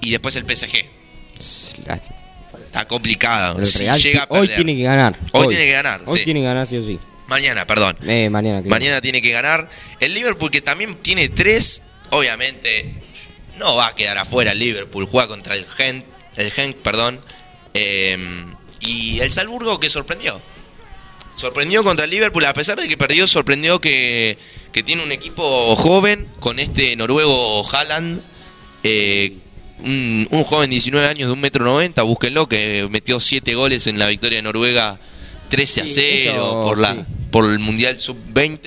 [SPEAKER 1] y después el PSG.
[SPEAKER 2] La-
[SPEAKER 1] Está complicado.
[SPEAKER 2] el
[SPEAKER 1] Si
[SPEAKER 2] Real
[SPEAKER 1] llega a
[SPEAKER 2] ti- hoy
[SPEAKER 1] perder.
[SPEAKER 2] tiene que ganar.
[SPEAKER 1] Hoy tiene que ganar,
[SPEAKER 2] Hoy
[SPEAKER 1] sí.
[SPEAKER 2] tiene que ganar sí o sí.
[SPEAKER 1] Mañana, perdón.
[SPEAKER 2] Eh, mañana. creo.
[SPEAKER 1] Mañana tiene que ganar. El Liverpool que también tiene tres, obviamente no va a quedar afuera el Liverpool, juega contra el Genk, el Genk, perdón. Eh, y el Salzburgo que sorprendió. Sorprendió contra el Liverpool, a pesar de que perdió, sorprendió que, que tiene un equipo joven con este noruego Haaland. eh, un, un joven de 19 años de 1,90m, búsquenlo, que metió 7 goles en la victoria de Noruega 13 a
[SPEAKER 2] Sí,
[SPEAKER 1] 0
[SPEAKER 2] eso,
[SPEAKER 1] por, la,
[SPEAKER 2] sí.
[SPEAKER 1] por el Mundial Sub-20.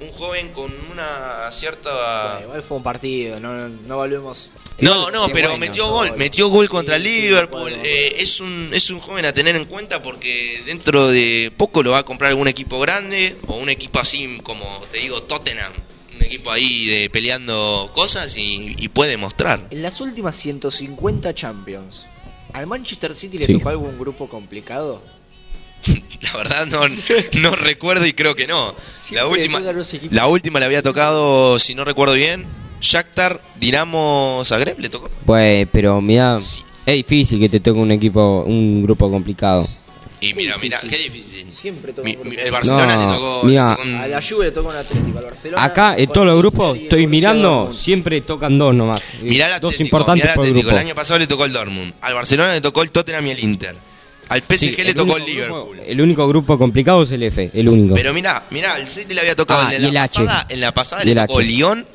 [SPEAKER 1] Un joven con una cierta...
[SPEAKER 3] Bueno, igual fue un partido, no, no volvemos.
[SPEAKER 1] Ah. No, no,
[SPEAKER 2] qué
[SPEAKER 1] pero
[SPEAKER 2] bueno,
[SPEAKER 1] metió
[SPEAKER 3] qué
[SPEAKER 1] gol,
[SPEAKER 3] bueno.
[SPEAKER 1] metió gol contra
[SPEAKER 3] Sí,
[SPEAKER 1] el
[SPEAKER 3] sí,
[SPEAKER 1] Liverpool.
[SPEAKER 3] bueno.
[SPEAKER 1] eh, es un es un joven a tener en cuenta porque dentro de poco lo va a comprar algún equipo grande o un equipo así como te digo Tottenham, un equipo ahí de peleando cosas y, y puede mostrar.
[SPEAKER 3] En las últimas 150 Champions, ¿al Manchester City le
[SPEAKER 2] Sí.
[SPEAKER 3] tocó algún grupo complicado?
[SPEAKER 1] La verdad no, no recuerdo y creo que no. La
[SPEAKER 3] Siempre
[SPEAKER 1] última
[SPEAKER 3] tocan los equipos.
[SPEAKER 1] la última le había tocado si no recuerdo bien Shakhtar Dinamo Zagreb le tocó.
[SPEAKER 2] Pues, pero mira,
[SPEAKER 1] Sí.
[SPEAKER 2] es difícil que te toque un equipo, un grupo complicado.
[SPEAKER 1] Y mira, mira, qué difícil.
[SPEAKER 3] Siempre toca
[SPEAKER 1] Mi-
[SPEAKER 3] un
[SPEAKER 1] mi-
[SPEAKER 3] grupo.
[SPEAKER 1] el Barcelona
[SPEAKER 2] No,
[SPEAKER 1] le tocó, le
[SPEAKER 2] mira.
[SPEAKER 1] tocó un-
[SPEAKER 3] A la Juve le toca un Atlético, al Barcelona.
[SPEAKER 2] Acá, en
[SPEAKER 3] con
[SPEAKER 2] todos los
[SPEAKER 3] el
[SPEAKER 2] grupos,
[SPEAKER 3] Inter y
[SPEAKER 2] estoy
[SPEAKER 3] el Borussia
[SPEAKER 2] mirando,
[SPEAKER 3] Dortmund.
[SPEAKER 2] siempre tocan dos nomás.
[SPEAKER 1] Mirá el
[SPEAKER 2] dos
[SPEAKER 1] Atlético,
[SPEAKER 2] importantes
[SPEAKER 1] mirá el
[SPEAKER 2] por
[SPEAKER 1] Atlético.
[SPEAKER 2] grupo.
[SPEAKER 1] El año pasado le tocó el Dortmund, al Barcelona le tocó el Tottenham y el Inter. Al PSG
[SPEAKER 2] Sí,
[SPEAKER 1] le tocó el
[SPEAKER 2] único grupo-
[SPEAKER 1] Liverpool.
[SPEAKER 2] el único grupo complicado es el F, el único.
[SPEAKER 1] Pero mirá, mirá, al City le había tocado
[SPEAKER 2] Ah,
[SPEAKER 1] en, la
[SPEAKER 2] y el H.
[SPEAKER 1] pasada, en la pasada
[SPEAKER 2] Y
[SPEAKER 1] le
[SPEAKER 2] el
[SPEAKER 1] tocó
[SPEAKER 2] H.
[SPEAKER 1] Lyon,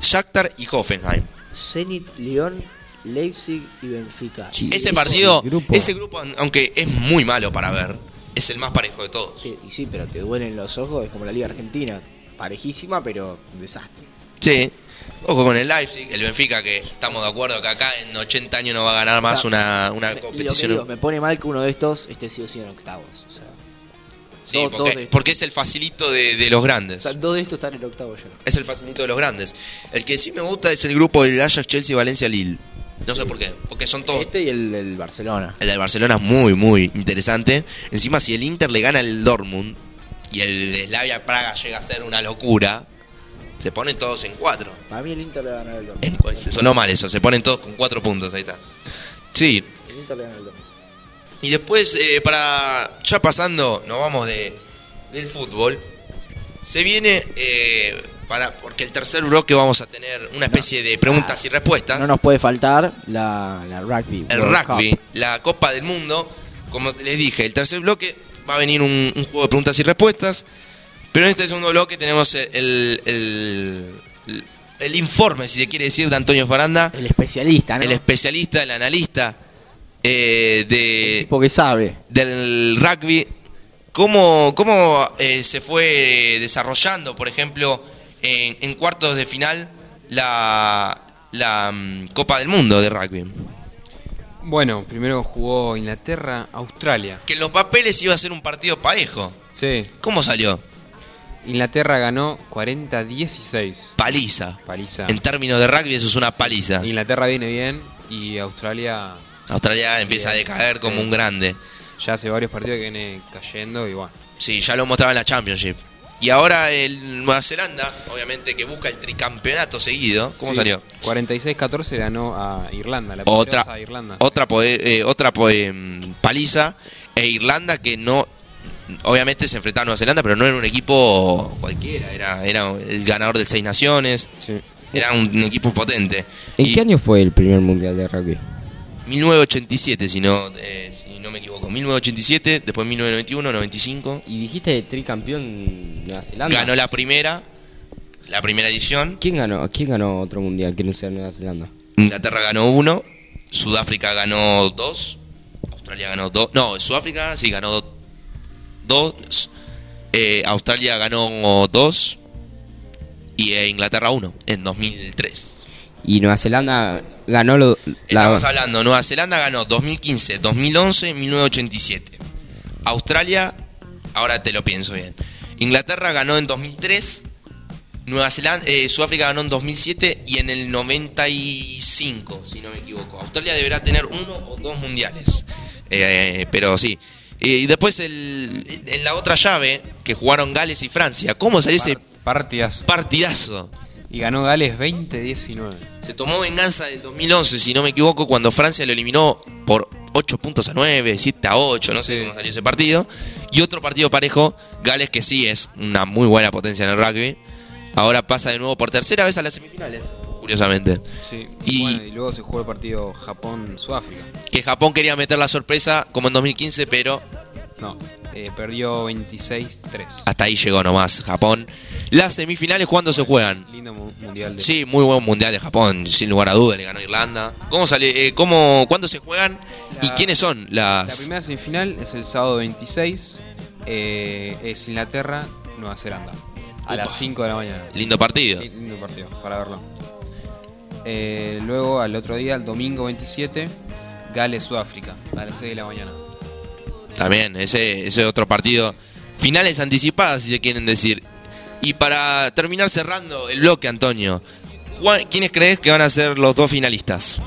[SPEAKER 1] Shakhtar y Hoffenheim.
[SPEAKER 3] Zenit, Lyon, Leipzig y Benfica.
[SPEAKER 2] Sí,
[SPEAKER 1] Ese
[SPEAKER 2] ese
[SPEAKER 1] partido,
[SPEAKER 2] grupo.
[SPEAKER 1] ese grupo, aunque es muy malo para ver, es el más parejo de todos.
[SPEAKER 3] Sí, y sí, pero te duelen los ojos, es como la Liga Argentina. Parejísima, pero un desastre.
[SPEAKER 1] Sí. Ojo con el Leipzig, el Benfica, que estamos de acuerdo que acá en 80 años no va a ganar más
[SPEAKER 3] O sea,
[SPEAKER 1] una, una
[SPEAKER 3] Me- y lo que
[SPEAKER 1] competición.
[SPEAKER 3] digo, me pone mal que uno de estos esté sí o sí en octavos. O sea,
[SPEAKER 1] Sí,
[SPEAKER 3] dos-
[SPEAKER 1] porque,
[SPEAKER 3] dos de-
[SPEAKER 1] porque es el facilito de, de los
[SPEAKER 3] o
[SPEAKER 1] grandes.
[SPEAKER 3] sea, dos de estos están en octavos ya.
[SPEAKER 1] Es el facilito de los grandes. El que sí me gusta es el grupo del Ajax, Chelsea, Valencia, Lille. No sé por qué, porque son todos.
[SPEAKER 3] Este y el del Barcelona.
[SPEAKER 1] El del Barcelona es muy, muy interesante. Encima, si el Inter le gana el Dortmund y el de Slavia Praga llega a ser una locura, se ponen todos en cuatro.
[SPEAKER 3] Para mí el Inter le va a ganar el
[SPEAKER 1] En,
[SPEAKER 3] Dortmund.
[SPEAKER 1] pues, sonó mal eso, se ponen todos con cuatro puntos, ahí está. Sí,
[SPEAKER 3] El Inter le gana el Dortmund.
[SPEAKER 1] y después, eh, para ya pasando, nos vamos de, del fútbol. Se viene eh, para porque el tercer bloque vamos a tener una especie de preguntas y respuestas.
[SPEAKER 3] No nos puede faltar la, la rugby.
[SPEAKER 1] el
[SPEAKER 3] World
[SPEAKER 1] rugby,
[SPEAKER 3] Cup.
[SPEAKER 1] la Copa del Mundo. Como les dije, el tercer bloque va a venir un, un juego de preguntas y respuestas. Pero en este segundo bloque tenemos el, el, el- el informe, si se quiere decir, de Antonio Faranda,
[SPEAKER 3] El especialista, ¿no?
[SPEAKER 1] el especialista, el analista eh,
[SPEAKER 3] El
[SPEAKER 1] de,
[SPEAKER 3] tipo que sabe.
[SPEAKER 1] del rugby, cómo, cómo eh, se fue desarrollando, por ejemplo, en, en cuartos de final la, la mm, Copa del Mundo de rugby.
[SPEAKER 4] Bueno, primero jugó Inglaterra, Australia.
[SPEAKER 1] Que en los papeles iba a ser un partido parejo.
[SPEAKER 4] Sí.
[SPEAKER 1] ¿Cómo salió?
[SPEAKER 4] Inglaterra ganó 40-16.
[SPEAKER 1] Paliza.
[SPEAKER 4] Paliza.
[SPEAKER 1] En términos de rugby eso es una paliza.
[SPEAKER 4] Inglaterra viene bien y Australia
[SPEAKER 1] Australia empieza a
[SPEAKER 4] Sí,
[SPEAKER 1] decaer
[SPEAKER 4] sí.
[SPEAKER 1] como un grande.
[SPEAKER 4] ya hace varios partidos que viene cayendo y bueno.
[SPEAKER 1] Sí, ya lo mostraba en la Championship. Y ahora el Nueva Zelanda, obviamente que busca el tricampeonato seguido. ¿Cómo
[SPEAKER 4] Sí,
[SPEAKER 1] salió?
[SPEAKER 4] 46-14 ganó a Irlanda, la
[SPEAKER 1] otra
[SPEAKER 4] poderosa Irlanda.
[SPEAKER 1] otra poe- eh, otra poe- em, paliza e Irlanda que no obviamente se enfrentaba a Nueva Zelanda pero no era un equipo cualquiera era era el ganador de seis naciones
[SPEAKER 4] Sí.
[SPEAKER 1] era un equipo potente
[SPEAKER 2] ¿En
[SPEAKER 1] Y
[SPEAKER 2] qué año fue el primer mundial de rugby?
[SPEAKER 1] 1987 si no eh, si no me equivoco 1987 después 1991 95
[SPEAKER 2] Y dijiste tricampeón Nueva Zelanda.
[SPEAKER 1] ganó la primera la primera edición
[SPEAKER 2] ¿Quién ganó? ¿Quién ganó otro mundial que no sea Nueva Zelanda?
[SPEAKER 1] Inglaterra ganó uno, Sudáfrica ganó dos, Australia ganó dos, no, Sudáfrica sí ganó do- dos, eh, Australia ganó dos y eh, Inglaterra uno en 2003.
[SPEAKER 2] Y Nueva Zelanda ganó lo- la,
[SPEAKER 1] Estamos hablando, Nueva Zelanda ganó 2015, 2011, 1987. Australia, ahora te lo pienso bien. Inglaterra ganó en 2003, Nueva Zelanda, eh, Sudáfrica ganó en 2007 y en el 95, si no me equivoco. Australia deberá tener uno o dos mundiales. Eh, pero sí. Y después el, en la otra llave, que jugaron Gales y Francia, ¿cómo salió ese
[SPEAKER 4] Partidas.
[SPEAKER 1] partidazo?
[SPEAKER 4] Y ganó Gales 20-19.
[SPEAKER 1] Se tomó venganza del 2011, si no me equivoco, cuando Francia lo eliminó por 8 puntos a 9, 7 a 8, no sé
[SPEAKER 4] Sí.
[SPEAKER 1] cómo salió ese partido. Y otro partido parejo, Gales, que sí es una muy buena potencia en el rugby. Ahora pasa de nuevo por tercera vez a las semifinales, curiosamente.
[SPEAKER 4] Sí.
[SPEAKER 1] Y-
[SPEAKER 4] Y... Bueno, y luego se jugó el partido Japón-Sudáfrica.
[SPEAKER 1] Que Japón quería meter la sorpresa como en 2015, pero
[SPEAKER 4] No, eh, perdió 26-3.
[SPEAKER 1] hasta ahí llegó nomás Japón. Las semifinales, ¿cuándo se juegan?
[SPEAKER 4] Lindo mu- mundial de
[SPEAKER 1] Sí, muy buen mundial de Japón, sin lugar a duda, le ganó Irlanda. ¿Cómo sale? eh, cómo, ¿Cuándo se juegan? ¿Y
[SPEAKER 4] La-
[SPEAKER 1] quiénes son las...?
[SPEAKER 4] La primera semifinal es el sábado 26. eh, es Inglaterra, Nueva Zelanda. A
[SPEAKER 1] Upa.
[SPEAKER 4] las 5 de la mañana.
[SPEAKER 1] Lindo partido.
[SPEAKER 4] Sí, Lindo partido, para verlo. Eh, luego, al otro día, el domingo 27, Gales, Sudáfrica. A las 6 de la mañana.
[SPEAKER 1] También, ese, ese otro partido. Finales anticipadas, si se quieren decir. Y para terminar cerrando el bloque, Antonio, ¿cuá- ¿quiénes crees que van a ser los dos finalistas?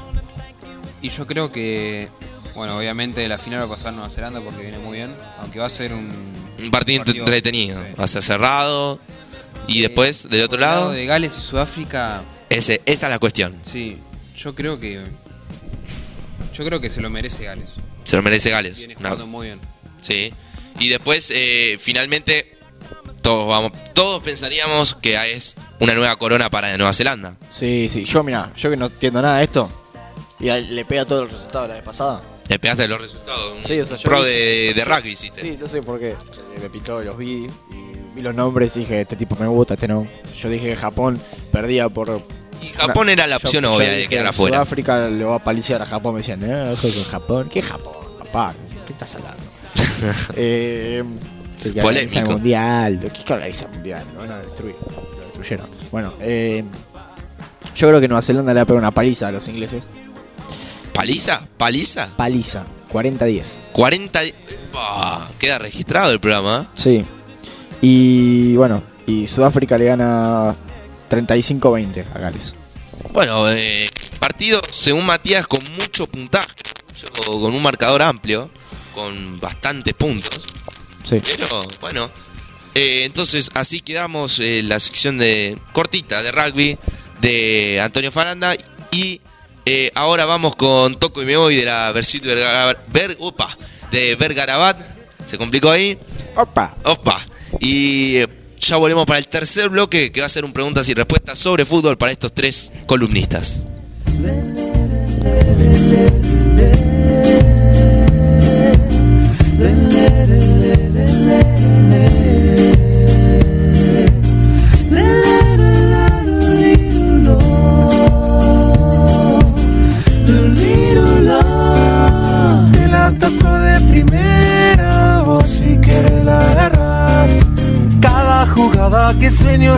[SPEAKER 4] Y yo creo que. Bueno, obviamente la final va a pasar Nueva Zelanda porque viene muy bien. Aunque va a ser un.
[SPEAKER 1] Un partido, entretenido,
[SPEAKER 4] sí.
[SPEAKER 1] va a ser cerrado. Y
[SPEAKER 4] Eh,
[SPEAKER 1] después, del
[SPEAKER 4] por
[SPEAKER 1] otro
[SPEAKER 4] el
[SPEAKER 1] lado,
[SPEAKER 4] de Gales y Sudáfrica,
[SPEAKER 1] ese, esa es la cuestión.
[SPEAKER 4] sí. Yo creo que. Yo creo que se lo merece Gales.
[SPEAKER 1] Se lo merece Gales.
[SPEAKER 4] Viene
[SPEAKER 1] Una-
[SPEAKER 4] jugando muy bien.
[SPEAKER 1] Sí. Y después, eh, finalmente, todos vamos, todos pensaríamos que ah, es una nueva corona para Nueva Zelanda.
[SPEAKER 3] Sí, sí. Yo, mira, yo que no entiendo nada de esto. Y a- le pega todo el resultado de la vez pasada.
[SPEAKER 1] Te pegaste los resultados. Un
[SPEAKER 3] Sí, o sea, yo
[SPEAKER 1] pro
[SPEAKER 3] vi-
[SPEAKER 1] de, de rugby hiciste.
[SPEAKER 3] Sí, no sé por qué. Eh, Me pintó, los vi. Y vi los nombres y dije, este tipo me gusta, este no. Yo dije que Japón perdía por.
[SPEAKER 1] Y Japón
[SPEAKER 3] una-
[SPEAKER 1] era la
[SPEAKER 3] yo-
[SPEAKER 1] opción
[SPEAKER 3] yo
[SPEAKER 1] obvia de
[SPEAKER 3] dije,
[SPEAKER 1] quedar afuera.
[SPEAKER 3] Sudáfrica le va a paliciar a Japón. Me decían, eh, ojo con Japón. ¿Qué Japón? Papá, ¿qué estás hablando? eh, que organiza
[SPEAKER 1] Polémico.
[SPEAKER 3] el mundial. ¿Qué que organiza el mundial? Lo van a destruir. Lo destruyeron. Bueno, eh, yo creo que Nueva Zelanda le va a pegar una paliza a los ingleses.
[SPEAKER 1] ¿Paliza? ¿Paliza?
[SPEAKER 3] Paliza. 40-10.
[SPEAKER 1] 40. y- Epa, Queda registrado el programa. ¿eh?
[SPEAKER 3] Sí. Y bueno, y Sudáfrica le gana 35-20 a Gales.
[SPEAKER 1] Bueno, eh, partido, según Matías, con mucho puntaje, mucho- con un marcador amplio, con bastantes puntos.
[SPEAKER 3] Sí.
[SPEAKER 1] Pero bueno, eh, entonces así quedamos eh, la sección de cortita de rugby de Antonio Faranda y eh, ahora vamos con Toco y me voy de la versión de Vergarabat. Se complicó ahí.
[SPEAKER 3] Opa.
[SPEAKER 1] Opa. Y eh, ya volvemos para el tercer bloque que va a ser un preguntas y respuestas sobre fútbol para estos tres columnistas.
[SPEAKER 5] Te la toco de primera, vos si querés la agarrás. Cada jugada que sueño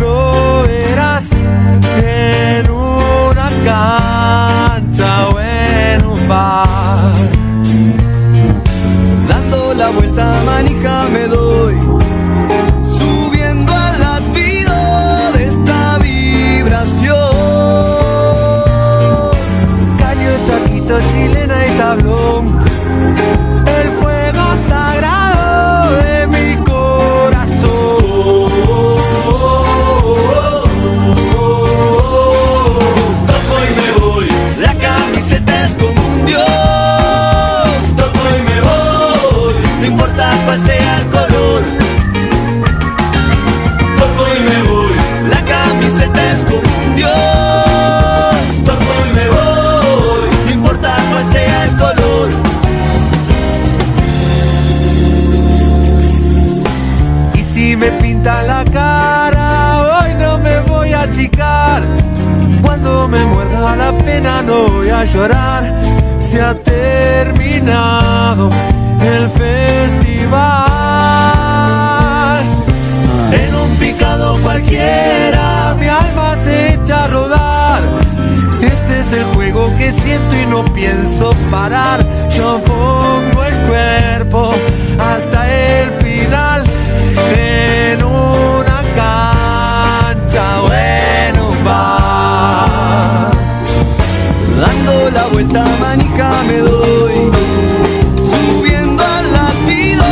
[SPEAKER 5] lo verás en una cancha o en un bar. Dando la vuelta manija me doy, subiendo al latido de esta vibración. Caño, taquito, chilena y tablón el fuego sagrado de mi corazón. Toco y me voy, la camiseta es como un dios. Toco y me voy, no importa cuál sea el color. Toco y me voy, la camiseta es como un dios. Toco y me voy, no importa cuál sea el color. Y si me pinta la cara, hoy no me voy a achicar. Cuando me muerda la pena, no voy a llorar. Se ha terminado el festival. En un picado cualquiera, mi alma se echa a rodar.
[SPEAKER 7] Este que siento y no pienso parar. Yo pongo el cuerpo hasta el final en una cancha o en un bar. Dando la vuelta manica me doy, subiendo al latido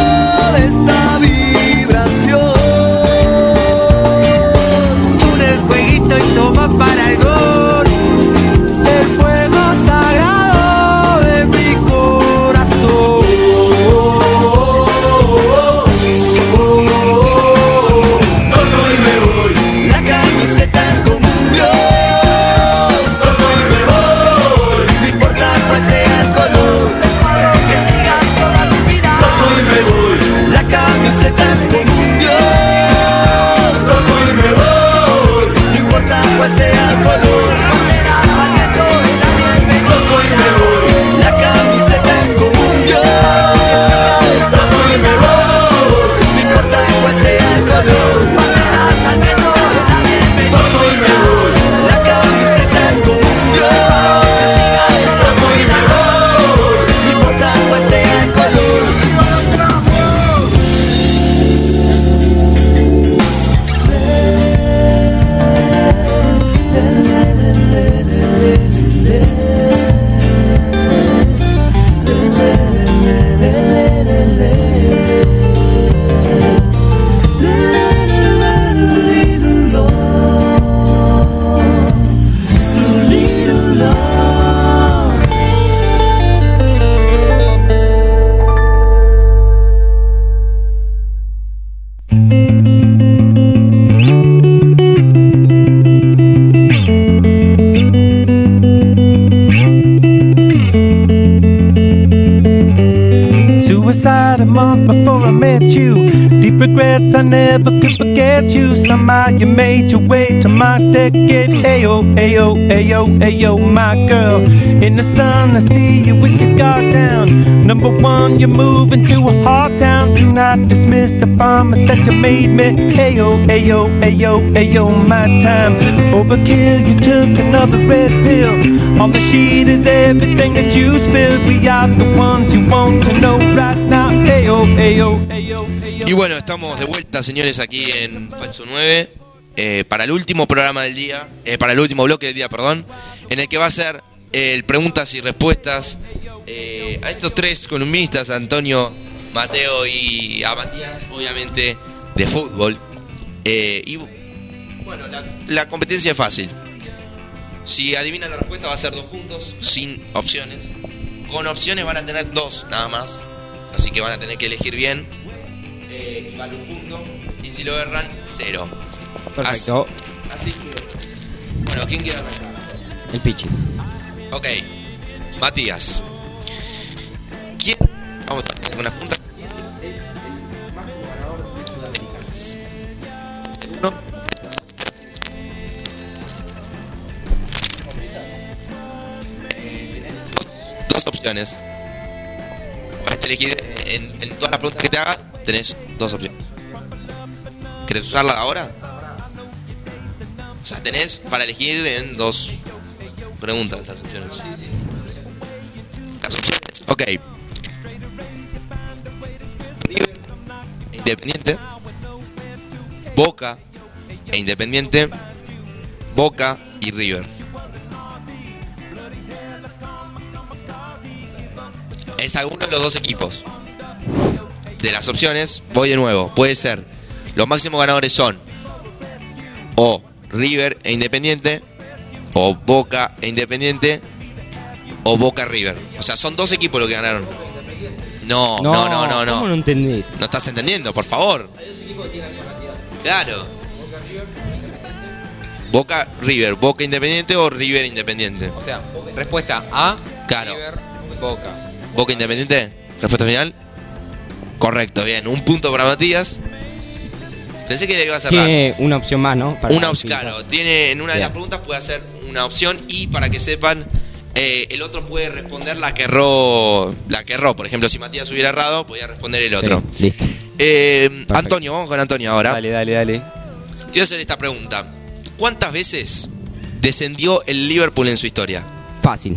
[SPEAKER 7] de esta vibración. Une el jueguito y toma para el gol, el fuego sagrado de mi corazón. Toco y me voy, la camiseta es como un dios. Toco y me voy, no importa cuál sea el color. que sigas toda tu vida. Toco y me voy, la camiseta es como un dios. Toco y me voy, no importa cuál sea el color. Toco y me voy, la camiseta es como un dios. Toco y me voy, no importa cuál sea el color. Toco y me voy, la camiseta es como un dios. Toco y me voy, no importa cuál sea el color.
[SPEAKER 5] Suicide a month before I met you. Deep regrets I never could forget you. Somehow you made your way to my ticket. Ayo, ayo, ayo, ayo, my girl. In the sun, I see you with your guard down. Number one, you're moving to a hard town. Do not dismiss the promise that you made me. Ayo, ayo, ayo, ayo, my time. Overkill, you took another red pill. On the sheet is everything that you spilled. We are the ones you want to know right now. Ayo, ayo, ayo, ayo.
[SPEAKER 1] Y bueno, estamos de vuelta, señores, aquí en Falso 9. eh, para el último programa del día, eh, para el último bloque del día, perdón, en el que va a ser eh, el preguntas y respuestas eh, a estos tres columnistas, Antonio, Mateo y a Matías, obviamente, de fútbol. Eh, y bueno, la, la competencia es fácil. Si adivinan la respuesta va a ser dos puntos, sin opciones. Con opciones van a tener dos nada más, así que van a tener que elegir bien. Eh, y vale un punto. Y si lo erran, cero.
[SPEAKER 2] Perfecto.
[SPEAKER 1] Así que. Bueno, ¿quién quiere arrancar?
[SPEAKER 2] El pichi.
[SPEAKER 1] Ok. Matías. ¿Quién? Vamos a hacer una pregunta. ¿Quién es el máximo ganador de Sudamericanos? Segundo. Eh, tenés dos- Dos opciones. Puedes elegir eh, en, en todas las preguntas que te hagas, tenés dos opciones. ¿Querés usarla ahora? O sea, tenés para elegir en dos preguntas las opciones. Las opciones, ok. River e Independiente. Boca e Independiente. Boca y River. Es alguno de los dos equipos. De las opciones, voy de nuevo. Puede ser. Los máximos ganadores son o River e Independiente, o Boca e Independiente, o Boca River. O sea, son dos equipos los que ganaron. No, no, no, no,
[SPEAKER 2] ¿Cómo
[SPEAKER 1] no.
[SPEAKER 2] no entendés?
[SPEAKER 1] No estás entendiendo, por favor. Claro. Boca River, Boca Independiente o River Independiente.
[SPEAKER 4] O sea, respuesta A,
[SPEAKER 1] Claro.
[SPEAKER 4] River, Boca.
[SPEAKER 1] Boca Independiente, respuesta final. Correcto, bien. Un punto para Matías. Pensé que le iba a cerrar.
[SPEAKER 2] Tiene una opción más, ¿no? Para
[SPEAKER 1] una opción,
[SPEAKER 2] finalizar.
[SPEAKER 1] claro. Tiene, en una de
[SPEAKER 2] Bien.
[SPEAKER 1] las preguntas puede hacer una opción y para que sepan, eh, el otro puede responder la que erró. La que erró. Por ejemplo, si Matías hubiera errado, podía responder el otro.
[SPEAKER 2] Sí, listo.
[SPEAKER 1] Eh, Antonio, vamos con Antonio ahora.
[SPEAKER 4] Dale, dale, dale.
[SPEAKER 1] Te voy a hacer esta pregunta. ¿Cuántas veces descendió el Liverpool en su historia?
[SPEAKER 2] Fácil.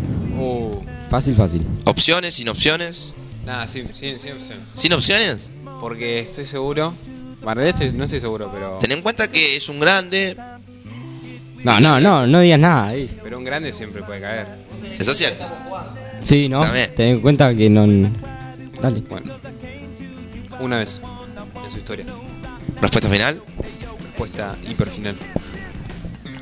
[SPEAKER 2] Fácil, fácil.
[SPEAKER 1] ¿Opciones, sin opciones?
[SPEAKER 4] Uh, Nada, sí, sí, sí, opciones.
[SPEAKER 1] ¿Sin opciones?
[SPEAKER 4] Porque estoy seguro. Bueno, en realidad estoy- no estoy seguro, pero.
[SPEAKER 1] Ten en cuenta que es un grande.
[SPEAKER 2] No, no, no, no digas nada. eh. ahí.
[SPEAKER 4] Pero un grande siempre puede caer.
[SPEAKER 1] Eso es cierto.
[SPEAKER 2] Sí, ¿no?
[SPEAKER 1] También.
[SPEAKER 2] Ten en cuenta que no... Dale.
[SPEAKER 4] Bueno. Una vez. En su historia.
[SPEAKER 1] Respuesta final.
[SPEAKER 4] Respuesta hiperfinal.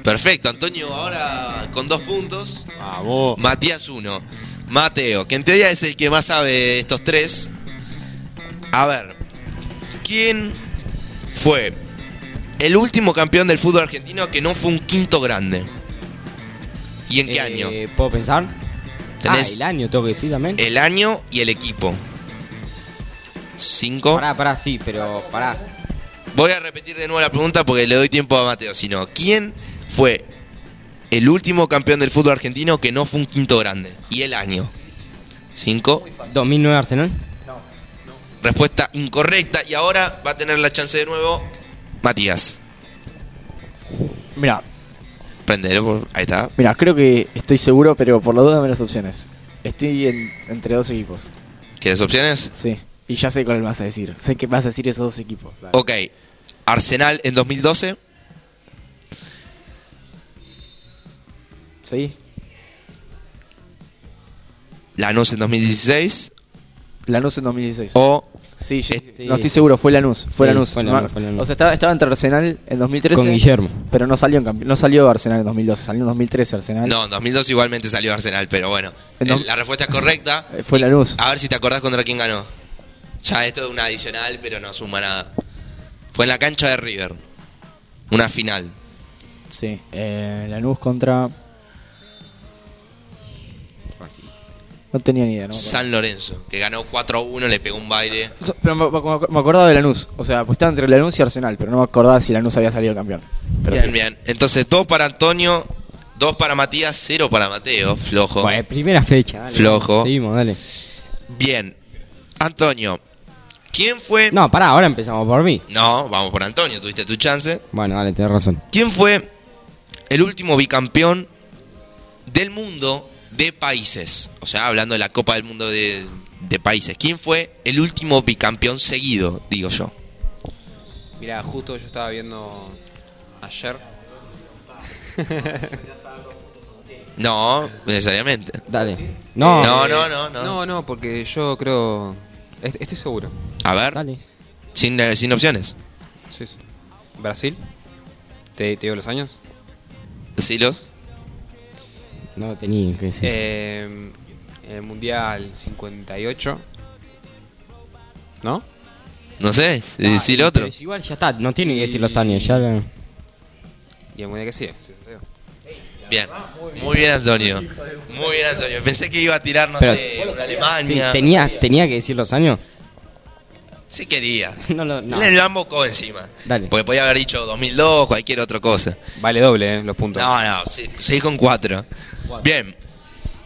[SPEAKER 1] Perfecto, Antonio ahora con dos puntos.
[SPEAKER 4] Vamos.
[SPEAKER 1] Matías uno. Mateo, que en teoría es el que más sabe de estos tres. A ver, ¿quién fue el último campeón del fútbol argentino que no fue un quinto grande? ¿Y en qué
[SPEAKER 2] Eh,
[SPEAKER 1] año?
[SPEAKER 2] ¿Puedo pensar?
[SPEAKER 1] Tenés-
[SPEAKER 2] Ah, el año tengo que decir también.
[SPEAKER 1] El año y el equipo. Cinco.
[SPEAKER 2] Pará, pará, sí, pero pará.
[SPEAKER 1] Voy a repetir de nuevo la pregunta porque le doy tiempo a Mateo. Si no, ¿quién fue el último campeón del fútbol argentino que no fue un quinto grande? Y el año. 5.
[SPEAKER 2] 2009 Arsenal.
[SPEAKER 1] Respuesta incorrecta. Y ahora va a tener la chance de nuevo Matías.
[SPEAKER 3] Mira,
[SPEAKER 1] Prendelo. por- Ahí está.
[SPEAKER 3] mira, creo que estoy seguro, pero por la duda dame las opciones. Estoy en- entre dos equipos.
[SPEAKER 1] ¿Quieres opciones?
[SPEAKER 3] Sí. Y ya sé cuál vas a decir. Sé que vas a decir esos dos equipos. Dale.
[SPEAKER 1] Ok. Arsenal en 2012.
[SPEAKER 3] Sí.
[SPEAKER 1] Lanús en 2016.
[SPEAKER 3] Lanús en 2016.
[SPEAKER 1] O
[SPEAKER 3] Sí, sí, sí.
[SPEAKER 2] Sí,
[SPEAKER 3] no estoy
[SPEAKER 2] sí.
[SPEAKER 3] seguro, fue Lanús, fue
[SPEAKER 2] Sí,
[SPEAKER 3] Lanús.
[SPEAKER 2] fue
[SPEAKER 3] No,
[SPEAKER 2] Lanús, fue Lanús.
[SPEAKER 3] O sea, estaba, estaba entre Arsenal en 2013,
[SPEAKER 2] Con Guillermo.
[SPEAKER 3] pero no salió en campe- no salió Arsenal en 2012, salió en 2013 Arsenal.
[SPEAKER 1] No, en 2002 igualmente salió Arsenal, pero bueno.
[SPEAKER 3] En dos-
[SPEAKER 1] Eh, La respuesta correcta.
[SPEAKER 3] Eh, Fue Lanús.
[SPEAKER 1] A ver si te acordás contra quién ganó. Ya esto es una adicional, pero no suma nada. Fue en la cancha de River. Una final.
[SPEAKER 3] Sí, eh, Lanús contra No tenía ni idea, no me acuerdo.
[SPEAKER 1] San Lorenzo, que ganó 4 a 1, le pegó un baile.
[SPEAKER 3] So- Pero me, me- me acordaba de Lanús, o sea, pues estaba entre Lanús y Arsenal, pero no me acordaba si Lanús había salido campeón. Pero
[SPEAKER 1] bien,
[SPEAKER 3] sí.
[SPEAKER 1] bien. Entonces, 2 para Antonio, 2 para Matías, 0 para Mateo. Flojo.
[SPEAKER 2] Bueno, primera fecha, dale.
[SPEAKER 1] Flojo.
[SPEAKER 2] Seguimos, dale.
[SPEAKER 1] Bien. Antonio, ¿quién fue.
[SPEAKER 2] No, pará, ahora empezamos por mí.
[SPEAKER 1] No, vamos por Antonio, tuviste tu chance.
[SPEAKER 2] Bueno, dale, tenés razón.
[SPEAKER 1] ¿Quién fue el último bicampeón del mundo de países? O sea, hablando de la Copa del Mundo de, de países. ¿Quién fue el último bicampeón seguido, digo yo?
[SPEAKER 4] Mira, justo yo estaba viendo ayer.
[SPEAKER 1] No, necesariamente.
[SPEAKER 2] Dale. No,
[SPEAKER 1] no, no, no, no.
[SPEAKER 4] No, no, porque yo creo. est- Estoy seguro.
[SPEAKER 1] A ver,
[SPEAKER 2] dale.
[SPEAKER 1] sin, eh, sin opciones.
[SPEAKER 4] Sí, sí. ¿Brasil? ¿Te, te digo los años?
[SPEAKER 1] Decilos.
[SPEAKER 2] No tenía que decir.
[SPEAKER 4] Eh, el Mundial 58. ¿No?
[SPEAKER 1] No sé,
[SPEAKER 2] Ah,
[SPEAKER 1] decir
[SPEAKER 2] y-
[SPEAKER 1] otro.
[SPEAKER 2] pero igual ya está, no tiene que decir los años, ya. la-
[SPEAKER 4] Y el Mundial que sigue. 62.
[SPEAKER 1] Bien. Muy bien, Antonio. Muy bien, Antonio. Pensé que iba a tirar, no
[SPEAKER 2] Pero-
[SPEAKER 1] sé, por
[SPEAKER 2] Sí,
[SPEAKER 1] Alemania.
[SPEAKER 2] tenía, tenía que decir los años.
[SPEAKER 1] Sí quería.
[SPEAKER 2] No, lo- no.
[SPEAKER 1] Le lo embocó encima.
[SPEAKER 2] Dale.
[SPEAKER 1] Porque podía haber dicho 2002, cualquier otra cosa.
[SPEAKER 4] Vale doble, ¿eh? Los puntos.
[SPEAKER 1] No, no, 6 con 4. Bien.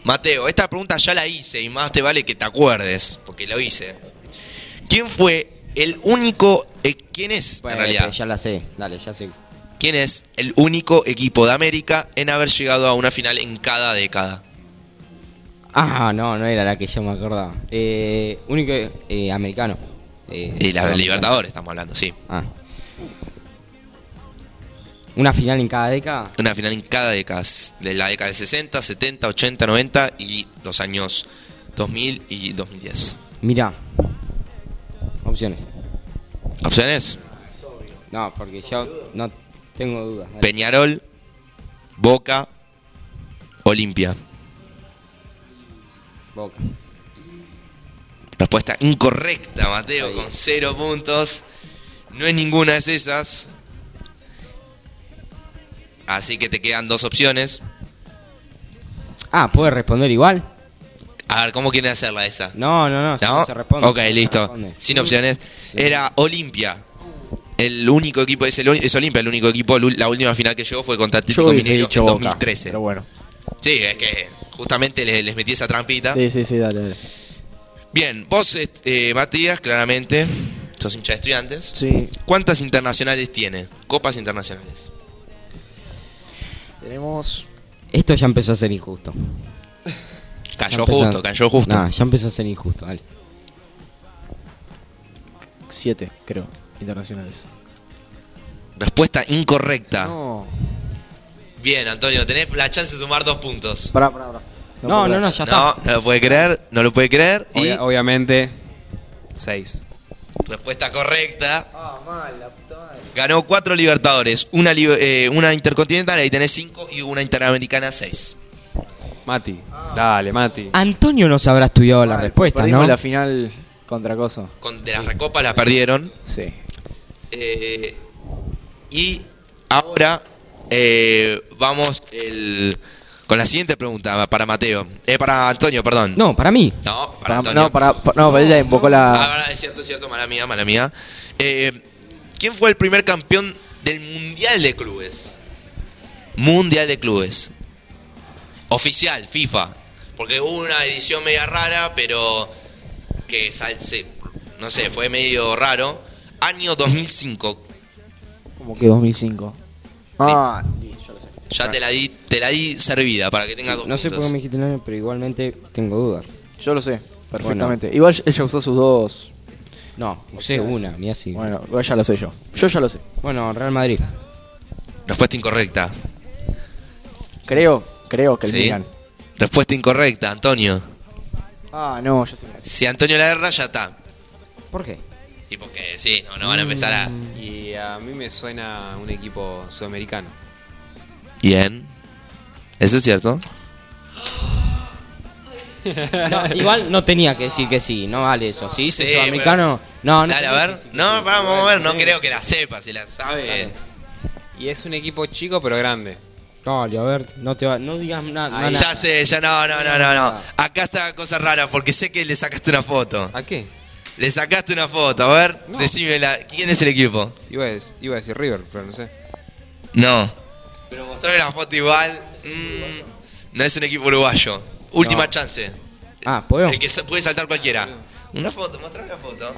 [SPEAKER 1] Mateo, esta pregunta ya la hice y más te vale que te acuerdes, porque lo hice. ¿Quién fue el único... e- ¿Quién es,
[SPEAKER 2] Bueno,
[SPEAKER 1] en realidad?
[SPEAKER 2] Ya la sé, dale, ya sé.
[SPEAKER 1] ¿Quién es el único equipo de América en haber llegado a una final en cada década?
[SPEAKER 2] Ah, no, no era la que yo me acordaba. Eh, único eh, americano. Eh,
[SPEAKER 1] Y la de
[SPEAKER 2] sudamericano.
[SPEAKER 1] Libertadores estamos hablando, sí.
[SPEAKER 2] Ah. Una final en cada década.
[SPEAKER 1] Una final en cada década, s- de la década de 60, 70, 80, 90 y los años 2000 y 2010.
[SPEAKER 2] Mirá. Opciones.
[SPEAKER 1] ¿Opciones?
[SPEAKER 2] No, porque yo no tengo dudas. dale.
[SPEAKER 1] Peñarol, Boca, Olimpia.
[SPEAKER 2] Boca.
[SPEAKER 1] Respuesta incorrecta, Mateo,
[SPEAKER 2] Ahí.
[SPEAKER 1] con cero puntos. No es ninguna de esas. Así que te quedan dos opciones.
[SPEAKER 2] Ah, ¿puede responder igual?
[SPEAKER 1] A ver, ¿cómo quieren hacerla esa?
[SPEAKER 2] No, no, no.
[SPEAKER 1] ¿No?
[SPEAKER 2] se responde.
[SPEAKER 1] ok,
[SPEAKER 2] no se
[SPEAKER 1] listo.
[SPEAKER 2] responde.
[SPEAKER 1] Sin opciones. Era Olimpia. El único equipo, es, el, es Olimpia, el único equipo, lu- la última final que llegó fue contra
[SPEAKER 3] Yo
[SPEAKER 1] Atlético
[SPEAKER 3] hubiese
[SPEAKER 1] Minero
[SPEAKER 3] dicho
[SPEAKER 1] en
[SPEAKER 3] Boca,
[SPEAKER 1] 2013.
[SPEAKER 3] pero bueno.
[SPEAKER 1] Sí, es que justamente les, les metí esa trampita.
[SPEAKER 3] Sí, sí, sí, dale, dale.
[SPEAKER 1] Bien, vos, este, Matías, claramente, sos hincha de estudiantes.
[SPEAKER 3] Sí,
[SPEAKER 1] ¿Cuántas internacionales tiene? Copas internacionales.
[SPEAKER 3] tenemos
[SPEAKER 2] Esto ya empezó a ser injusto.
[SPEAKER 1] Cayó
[SPEAKER 2] Ya empezó-
[SPEAKER 1] justo, cayó justo.
[SPEAKER 2] Nah, ya empezó a ser injusto, dale.
[SPEAKER 3] Siete, creo, internacionales.
[SPEAKER 1] Respuesta incorrecta.
[SPEAKER 2] Ah.
[SPEAKER 4] No.
[SPEAKER 1] Bien, Antonio, tenés la chance de sumar dos puntos.
[SPEAKER 3] Pará, pará, pará.
[SPEAKER 2] No, no, no, ya
[SPEAKER 1] No,
[SPEAKER 2] está.
[SPEAKER 1] no lo puede creer, no lo puede creer. Y
[SPEAKER 4] Obvia- obviamente, 6.
[SPEAKER 1] respuesta correcta.
[SPEAKER 2] Ah,
[SPEAKER 1] Ganó cuatro Libertadores, una, li- eh, una Intercontinental, ahí tenés cinco, y una Interamericana, seis.
[SPEAKER 4] Mati,
[SPEAKER 2] Ah.
[SPEAKER 4] dale, Mati.
[SPEAKER 2] Antonio nos habrá estudiado la
[SPEAKER 3] Mal,
[SPEAKER 2] respuesta,
[SPEAKER 3] perdimos
[SPEAKER 2] ¿no?
[SPEAKER 3] la final contra Coso.
[SPEAKER 1] Con, de las recopas la perdieron.
[SPEAKER 3] Sí.
[SPEAKER 1] Eh, y ahora eh, vamos el- con la siguiente pregunta para Mateo. Eh, para Antonio, perdón.
[SPEAKER 2] No, para mí.
[SPEAKER 1] No, para
[SPEAKER 3] Para-
[SPEAKER 1] Antonio.
[SPEAKER 3] no, para, pa- no, pero ella invocó
[SPEAKER 1] Ah,
[SPEAKER 3] la.
[SPEAKER 1] verdad, es cierto, es cierto, mala mía, mala mía. Eh, ¿Quién fue el primer campeón del Mundial de Clubes? Mundial de Clubes. Oficial, FIFA. Porque hubo una edición media rara, pero que sal- se- no sé, fue medio raro. Año 2005.
[SPEAKER 3] Como que 2005. Ah,
[SPEAKER 1] Ya te la di, te la di servida para que tengas dos
[SPEAKER 2] No sé por
[SPEAKER 1] puntos.
[SPEAKER 2] qué me dijiste no, pero igualmente tengo dudas.
[SPEAKER 3] yo lo sé, perfectamente. Igual ella usó sus dos.
[SPEAKER 2] No, usé una, mira así. Bueno.
[SPEAKER 3] Bueno, igual ya lo sé yo. Yo ya lo sé.
[SPEAKER 2] Real Madrid.
[SPEAKER 1] Respuesta incorrecta.
[SPEAKER 3] Creo, creo que el
[SPEAKER 1] Sí.
[SPEAKER 3] Milan.
[SPEAKER 1] Respuesta incorrecta, Antonio.
[SPEAKER 3] Ah, no, yo sé.
[SPEAKER 1] Si Antonio la erra, ya está.
[SPEAKER 2] ¿Por qué?
[SPEAKER 1] Y porque sí, no, no van a empezar a.
[SPEAKER 4] Y a mí me suena un equipo sudamericano.
[SPEAKER 1] Bien. Eso es cierto.
[SPEAKER 2] No, igual no tenía que decir que sí, no vale eso. ¿Sí?
[SPEAKER 1] Sí,
[SPEAKER 2] ¿Es americano?
[SPEAKER 1] pero-
[SPEAKER 2] No, no.
[SPEAKER 1] Dale, a
[SPEAKER 2] tenía que
[SPEAKER 1] ver.
[SPEAKER 2] decir que
[SPEAKER 1] No,
[SPEAKER 2] sí.
[SPEAKER 1] vamos a ver, no
[SPEAKER 2] Dale.
[SPEAKER 1] creo que la sepa, si la sabe.
[SPEAKER 4] Y es un equipo chico pero grande.
[SPEAKER 2] Dale, a ver, no te va, no digas na- na-
[SPEAKER 4] Ahí
[SPEAKER 2] nada.
[SPEAKER 1] Ya sé, ya no, no, no, no, no. Acá está cosa rara, porque sé que le sacaste una foto.
[SPEAKER 4] ¿A qué?
[SPEAKER 1] Le sacaste una foto, a ver,
[SPEAKER 4] No.
[SPEAKER 1] decime la. ¿Quién es el equipo?
[SPEAKER 4] Iba a, dec- iba a decir River, pero no sé.
[SPEAKER 1] No. Pero mostrarle la foto igual. mm, no es un equipo uruguayo. Última
[SPEAKER 2] No.
[SPEAKER 1] chance.
[SPEAKER 2] Ah, ¿puedo?
[SPEAKER 1] El que sa- puede saltar cualquiera. Una foto, mostrarle la foto.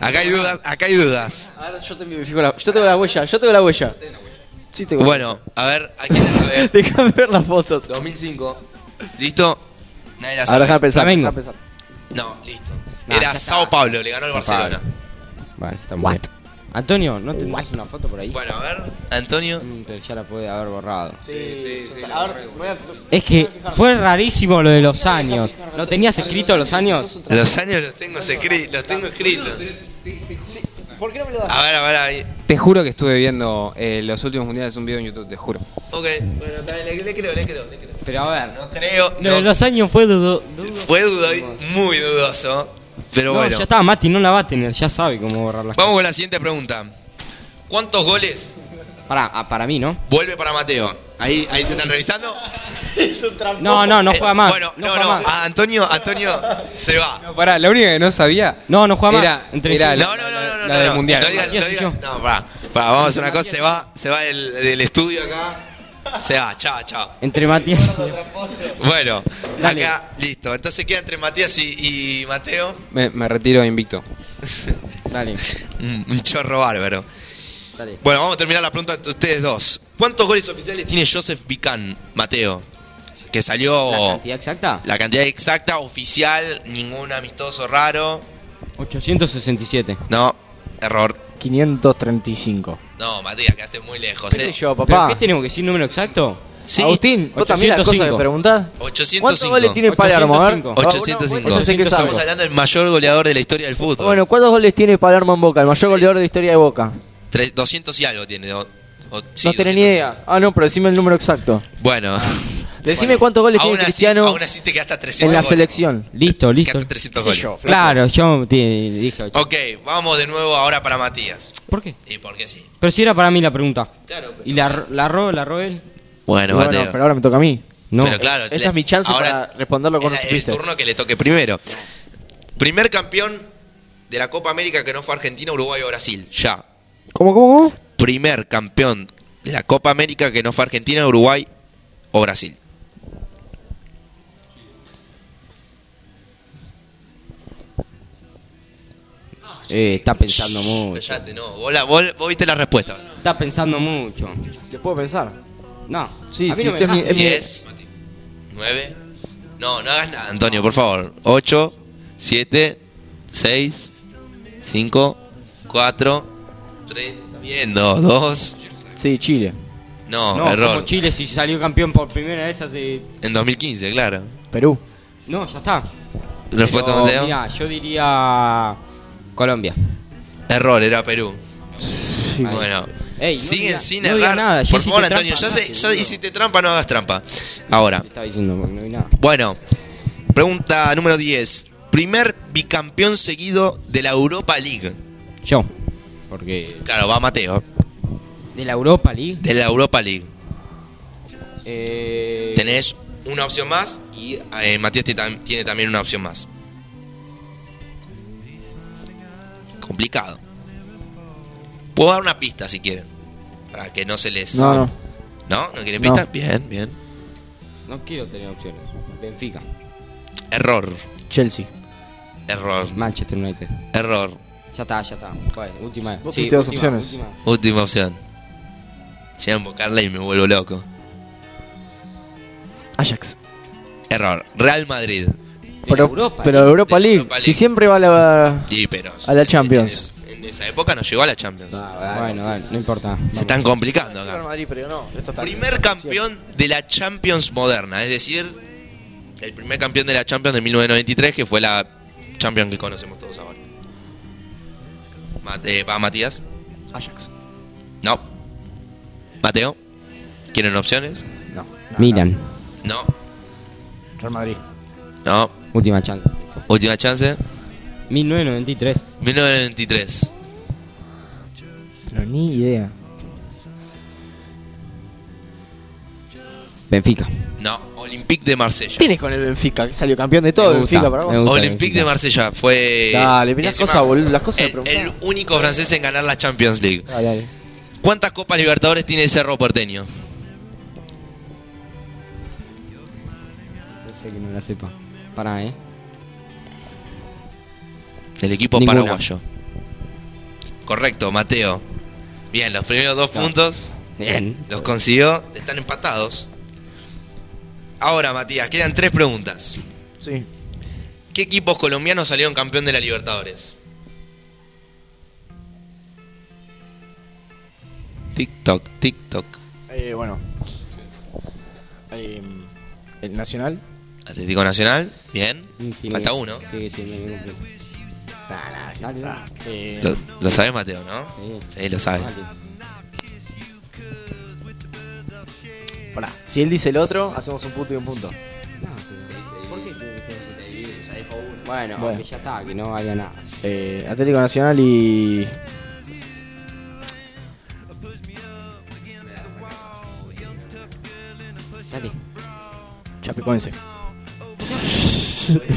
[SPEAKER 1] Acá hay dudas, acá hay dudas.
[SPEAKER 3] Ahora yo te verifico la. Yo tengo la huella, yo tengo la huella. Sí, tengo.
[SPEAKER 1] Bueno, a ver, ¿a quién le sabe?
[SPEAKER 3] Déjame ver las fotos.
[SPEAKER 1] 2005. ¿Listo? Nadie la sabe.
[SPEAKER 3] Ahora déjame pensar.
[SPEAKER 2] Flamengo.
[SPEAKER 3] déjame pensar.
[SPEAKER 1] No, listo.
[SPEAKER 2] Nah, ya
[SPEAKER 1] Era
[SPEAKER 2] está.
[SPEAKER 1] Sao Paulo, le ganó el
[SPEAKER 2] Sao
[SPEAKER 1] Barcelona.
[SPEAKER 2] Vale, está muy bien. Antonio, ¿no tendrás una foto por ahí?
[SPEAKER 1] Bueno, a ver, Antonio.
[SPEAKER 2] Mm, Pero ya la puede haber borrado.
[SPEAKER 3] Sí, sí, ahora voy a-
[SPEAKER 2] Es que fue rarísimo lo de los años. ¿Lo tenías escrito los años?
[SPEAKER 1] Los años los tengo, secre- los tengo escritos. A ver, a ver, ahí.
[SPEAKER 4] Te juro que estuve viendo eh, los últimos mundiales un video en YouTube, te juro.
[SPEAKER 1] Ok, bueno, está bien, le, le creo, le creo, le creo.
[SPEAKER 2] Pero a ver,
[SPEAKER 1] No creo.
[SPEAKER 2] lo
[SPEAKER 1] no.
[SPEAKER 2] de los años fue dudo. dudo-
[SPEAKER 1] Fue dudo- muy dudoso. Pero
[SPEAKER 2] No,
[SPEAKER 1] bueno.
[SPEAKER 2] ya está, Mati no la va a tener, ya sabe cómo borrar las
[SPEAKER 1] Vamos con la siguiente pregunta. ¿Cuántos goles
[SPEAKER 2] cosas. Para, ah, para mí, ¿no?
[SPEAKER 1] vuelve para Mateo? Ahí, ahí se están revisando.
[SPEAKER 2] No, no, no
[SPEAKER 1] Eh,
[SPEAKER 2] juega más.
[SPEAKER 1] Bueno,
[SPEAKER 2] no,
[SPEAKER 1] no, ah.
[SPEAKER 2] juega
[SPEAKER 1] no.
[SPEAKER 2] más.
[SPEAKER 1] a Antonio, Antonio se va.
[SPEAKER 4] No, pará, la única que no sabía.
[SPEAKER 2] no, no juega
[SPEAKER 4] era-
[SPEAKER 2] más. Entre
[SPEAKER 4] era
[SPEAKER 2] sí.
[SPEAKER 4] la-
[SPEAKER 1] No, no, no, no, no,
[SPEAKER 4] la del
[SPEAKER 1] no,
[SPEAKER 4] mundial.
[SPEAKER 1] No, digas- no,
[SPEAKER 2] Matías y
[SPEAKER 1] digas-
[SPEAKER 2] yo.
[SPEAKER 1] no, pará, pará, vamos a hacer una cosa, se va, se va del, del estudio acá, se va, chao, chao.
[SPEAKER 2] Entre Matías.
[SPEAKER 1] Bueno,
[SPEAKER 2] Dale.
[SPEAKER 1] acá, listo, entonces queda entre Matías y, y Mateo
[SPEAKER 4] Me, me retiro invicto.
[SPEAKER 2] Dale,
[SPEAKER 1] un, un chorro bárbaro.
[SPEAKER 2] dale.
[SPEAKER 1] Bueno, vamos a terminar la pregunta entre ustedes dos. ¿Cuántos goles oficiales tiene Joseph Vicán, Mateo? Que salió
[SPEAKER 2] ¿La cantidad exacta?
[SPEAKER 1] la cantidad exacta, oficial, ningún amistoso raro.
[SPEAKER 2] 867.
[SPEAKER 1] No, error.
[SPEAKER 3] 535.
[SPEAKER 1] No, Matías, quedaste muy lejos.
[SPEAKER 3] ¿Qué
[SPEAKER 1] eh.
[SPEAKER 3] sé yo,
[SPEAKER 2] ¿Pero
[SPEAKER 3] papá?
[SPEAKER 2] qué tenemos que decir número exacto?
[SPEAKER 1] Sí,
[SPEAKER 3] Agustín, vos también las cosas que
[SPEAKER 2] 805.
[SPEAKER 3] preguntás.
[SPEAKER 1] 805.
[SPEAKER 3] ¿Cuántos goles tiene Palermo? A ver. Ah,
[SPEAKER 1] 805.
[SPEAKER 3] Eso sé que es algo.
[SPEAKER 1] Estamos hablando del mayor goleador de la historia del fútbol.
[SPEAKER 3] Bueno, ¿cuántos goles tiene Palermo en Boca? El mayor goleador de la historia de Boca.
[SPEAKER 1] Tre- 200 y algo tiene. o- o- sí,
[SPEAKER 3] no
[SPEAKER 1] 200.
[SPEAKER 3] tenés ni idea. Ah, no, pero decime el número exacto.
[SPEAKER 1] Bueno.
[SPEAKER 3] Decime cuántos goles
[SPEAKER 1] aún
[SPEAKER 3] tiene
[SPEAKER 1] así,
[SPEAKER 3] Cristiano
[SPEAKER 1] aún así te quedaste a 300
[SPEAKER 3] en la
[SPEAKER 1] goles.
[SPEAKER 3] selección.
[SPEAKER 2] Listo,
[SPEAKER 1] Te
[SPEAKER 2] listo.
[SPEAKER 1] quedaste a 300 goles.
[SPEAKER 2] Claro, yo te dije. ocho.
[SPEAKER 1] Ok, vamos de nuevo ahora para Matías.
[SPEAKER 2] ¿Por qué?
[SPEAKER 1] ¿Y por qué sí?
[SPEAKER 2] Pero si era para mí la pregunta.
[SPEAKER 1] Claro,
[SPEAKER 2] ¿Y la, la robó, la robé él?
[SPEAKER 1] Bueno,
[SPEAKER 3] Bueno,
[SPEAKER 1] Mateo.
[SPEAKER 3] pero ahora me toca a mí.
[SPEAKER 2] No.
[SPEAKER 1] Pero claro,
[SPEAKER 3] Esa
[SPEAKER 1] le-
[SPEAKER 3] es mi chance
[SPEAKER 1] ahora
[SPEAKER 3] para responderlo con
[SPEAKER 1] es
[SPEAKER 3] los
[SPEAKER 1] el
[SPEAKER 3] chistes.
[SPEAKER 1] turno que le toque primero. Primer campeón de la Copa América que no fue Argentina, Uruguay o Brasil. Ya.
[SPEAKER 3] ¿Cómo, cómo, cómo?
[SPEAKER 1] primer campeón de la Copa América que no fue Argentina, Uruguay o Brasil.
[SPEAKER 2] Eh, está pensando mucho.
[SPEAKER 1] Cállate, no. Vos, la- vos- vos viste la respuesta.
[SPEAKER 2] Está pensando mucho.
[SPEAKER 3] Se puedo pensar.
[SPEAKER 2] No.
[SPEAKER 3] Sí,
[SPEAKER 2] a mí
[SPEAKER 3] sí,
[SPEAKER 2] no me
[SPEAKER 3] usted es mi-
[SPEAKER 2] dejaste.
[SPEAKER 3] es mi-
[SPEAKER 1] 10, 9, No, no hagas nada, Antonio, por favor. 8, 7, 6, 5, 4, 3, está bien, 2, 2.
[SPEAKER 3] Sí, Chile.
[SPEAKER 1] No,
[SPEAKER 2] no,
[SPEAKER 1] error.
[SPEAKER 2] como Chile si salió campeón por primera vez hace...
[SPEAKER 1] En 2015, claro.
[SPEAKER 3] Perú.
[SPEAKER 2] No, ya está.
[SPEAKER 1] Respuesta,
[SPEAKER 2] Pero,
[SPEAKER 1] Mateo.
[SPEAKER 2] mirá, yo diría Colombia.
[SPEAKER 1] Error, era Perú.
[SPEAKER 3] Sí.
[SPEAKER 1] Bueno.
[SPEAKER 2] Ey, no
[SPEAKER 1] Siguen
[SPEAKER 2] diga-
[SPEAKER 1] sin
[SPEAKER 2] no diga
[SPEAKER 1] errar.
[SPEAKER 2] nada, ya
[SPEAKER 1] por
[SPEAKER 2] hiciste
[SPEAKER 1] favor, Antonio,
[SPEAKER 2] trampa,
[SPEAKER 1] ya, sé,
[SPEAKER 2] no,
[SPEAKER 1] ya
[SPEAKER 2] boludo.
[SPEAKER 1] hiciste trampa, no hagas trampa. Ahora,
[SPEAKER 2] Te estaba diciendo porque no vi nada.
[SPEAKER 1] bueno, pregunta número 10. Primer bicampeón seguido de la Europa League.
[SPEAKER 2] Yo. Porque...
[SPEAKER 1] Claro, va Mateo.
[SPEAKER 2] De la Europa League.
[SPEAKER 1] De la Europa League.
[SPEAKER 2] Eh,
[SPEAKER 1] Tenés una opción más y eh, Matías te tam- tiene también una opción más. Complicado. Puedo dar una pista si quieren. Para que no se les.
[SPEAKER 3] No, no.
[SPEAKER 1] ¿No? ¿No quieren
[SPEAKER 3] No.
[SPEAKER 1] pista? Bien, bien.
[SPEAKER 2] No quiero tener opciones. Benfica.
[SPEAKER 1] Error.
[SPEAKER 3] Chelsea.
[SPEAKER 1] Error.
[SPEAKER 2] Manchester United.
[SPEAKER 1] Error.
[SPEAKER 2] Ya está, ya está. Joder, última.
[SPEAKER 3] Vos
[SPEAKER 2] sí,
[SPEAKER 3] pusiste dos
[SPEAKER 2] última,
[SPEAKER 3] opciones.
[SPEAKER 2] última.
[SPEAKER 1] Última opción. Llego a invocarla y me vuelvo loco.
[SPEAKER 3] Ajax.
[SPEAKER 1] Error. Real Madrid.
[SPEAKER 2] De la
[SPEAKER 3] Pero
[SPEAKER 2] Europa.
[SPEAKER 3] pero Europa,
[SPEAKER 1] De la
[SPEAKER 3] League,
[SPEAKER 1] Europa League.
[SPEAKER 3] Si siempre va a la.
[SPEAKER 1] Sí, pero.
[SPEAKER 3] A la Champions. Ah,
[SPEAKER 1] En, en esa época no llegó a la Champions.
[SPEAKER 2] bueno, dale, no importa.
[SPEAKER 1] Ah, Se
[SPEAKER 2] Vamos.
[SPEAKER 1] están complicando acá.
[SPEAKER 3] Madrid, pero no.
[SPEAKER 1] Primer campeón de la Champions moderna, es decir, el primer campeón de la Champions de 1993, que fue la Champions que conocemos todos ahora. Mate- eh, ¿Va Matías?
[SPEAKER 3] Ajax.
[SPEAKER 1] No. ¿Mateo? ¿Quieren opciones?
[SPEAKER 3] No.
[SPEAKER 2] Milan.
[SPEAKER 1] No.
[SPEAKER 3] Real Madrid.
[SPEAKER 1] No.
[SPEAKER 2] Última chance.
[SPEAKER 1] Última chance.
[SPEAKER 2] 1993.
[SPEAKER 1] 1993.
[SPEAKER 3] Pero ni idea.
[SPEAKER 2] Benfica.
[SPEAKER 1] No. Olympique de Marsella.
[SPEAKER 3] Tienes con el Benfica, que salió campeón de todo
[SPEAKER 2] Me
[SPEAKER 3] el
[SPEAKER 2] gusta,
[SPEAKER 3] Benfica para
[SPEAKER 2] me
[SPEAKER 3] vos.
[SPEAKER 2] gusta
[SPEAKER 1] Olympique de Marsella fue.
[SPEAKER 3] Dale, mirá las
[SPEAKER 1] encima,
[SPEAKER 3] cosas, boludo, las cosas de
[SPEAKER 1] el,
[SPEAKER 3] preguntar.
[SPEAKER 1] el único francés en ganar la Champions League.
[SPEAKER 3] Dale, dale.
[SPEAKER 1] ¿Cuántas Copas Libertadores tiene el Cerro Porteño?
[SPEAKER 2] No sé que no la sepa. Pará, eh.
[SPEAKER 1] El equipo
[SPEAKER 2] Ninguna.
[SPEAKER 1] paraguayo. Correcto, Mateo. Bien, los primeros dos
[SPEAKER 2] No.
[SPEAKER 1] puntos
[SPEAKER 2] Bien.
[SPEAKER 1] los consiguió. Están empatados. Ahora, Matías, quedan tres preguntas.
[SPEAKER 3] Sí.
[SPEAKER 1] ¿Qué equipos colombianos salieron campeón de la Libertadores? Tic-toc, tic-toc.
[SPEAKER 3] Eh, bueno. Eh, el Nacional.
[SPEAKER 1] Atlético Nacional, bien.
[SPEAKER 2] Tiene
[SPEAKER 1] Falta
[SPEAKER 2] que-
[SPEAKER 1] uno.
[SPEAKER 2] Tiene que ser el mismo club. Dale, dale, dale.
[SPEAKER 3] Eh,
[SPEAKER 1] Lo, lo sabes, Mateo, ¿no?
[SPEAKER 2] Sí.
[SPEAKER 1] Sí, lo sabes.
[SPEAKER 2] Dale.
[SPEAKER 3] pará, Si él dice el otro, hacemos un punto y un punto.
[SPEAKER 2] ¿Por qué tiene que ser ese? Bueno,
[SPEAKER 3] Bueno.
[SPEAKER 2] que ya está, que no valga nada.
[SPEAKER 3] Eh, Atlético Nacional y.
[SPEAKER 2] Dale.
[SPEAKER 3] Chapecoense.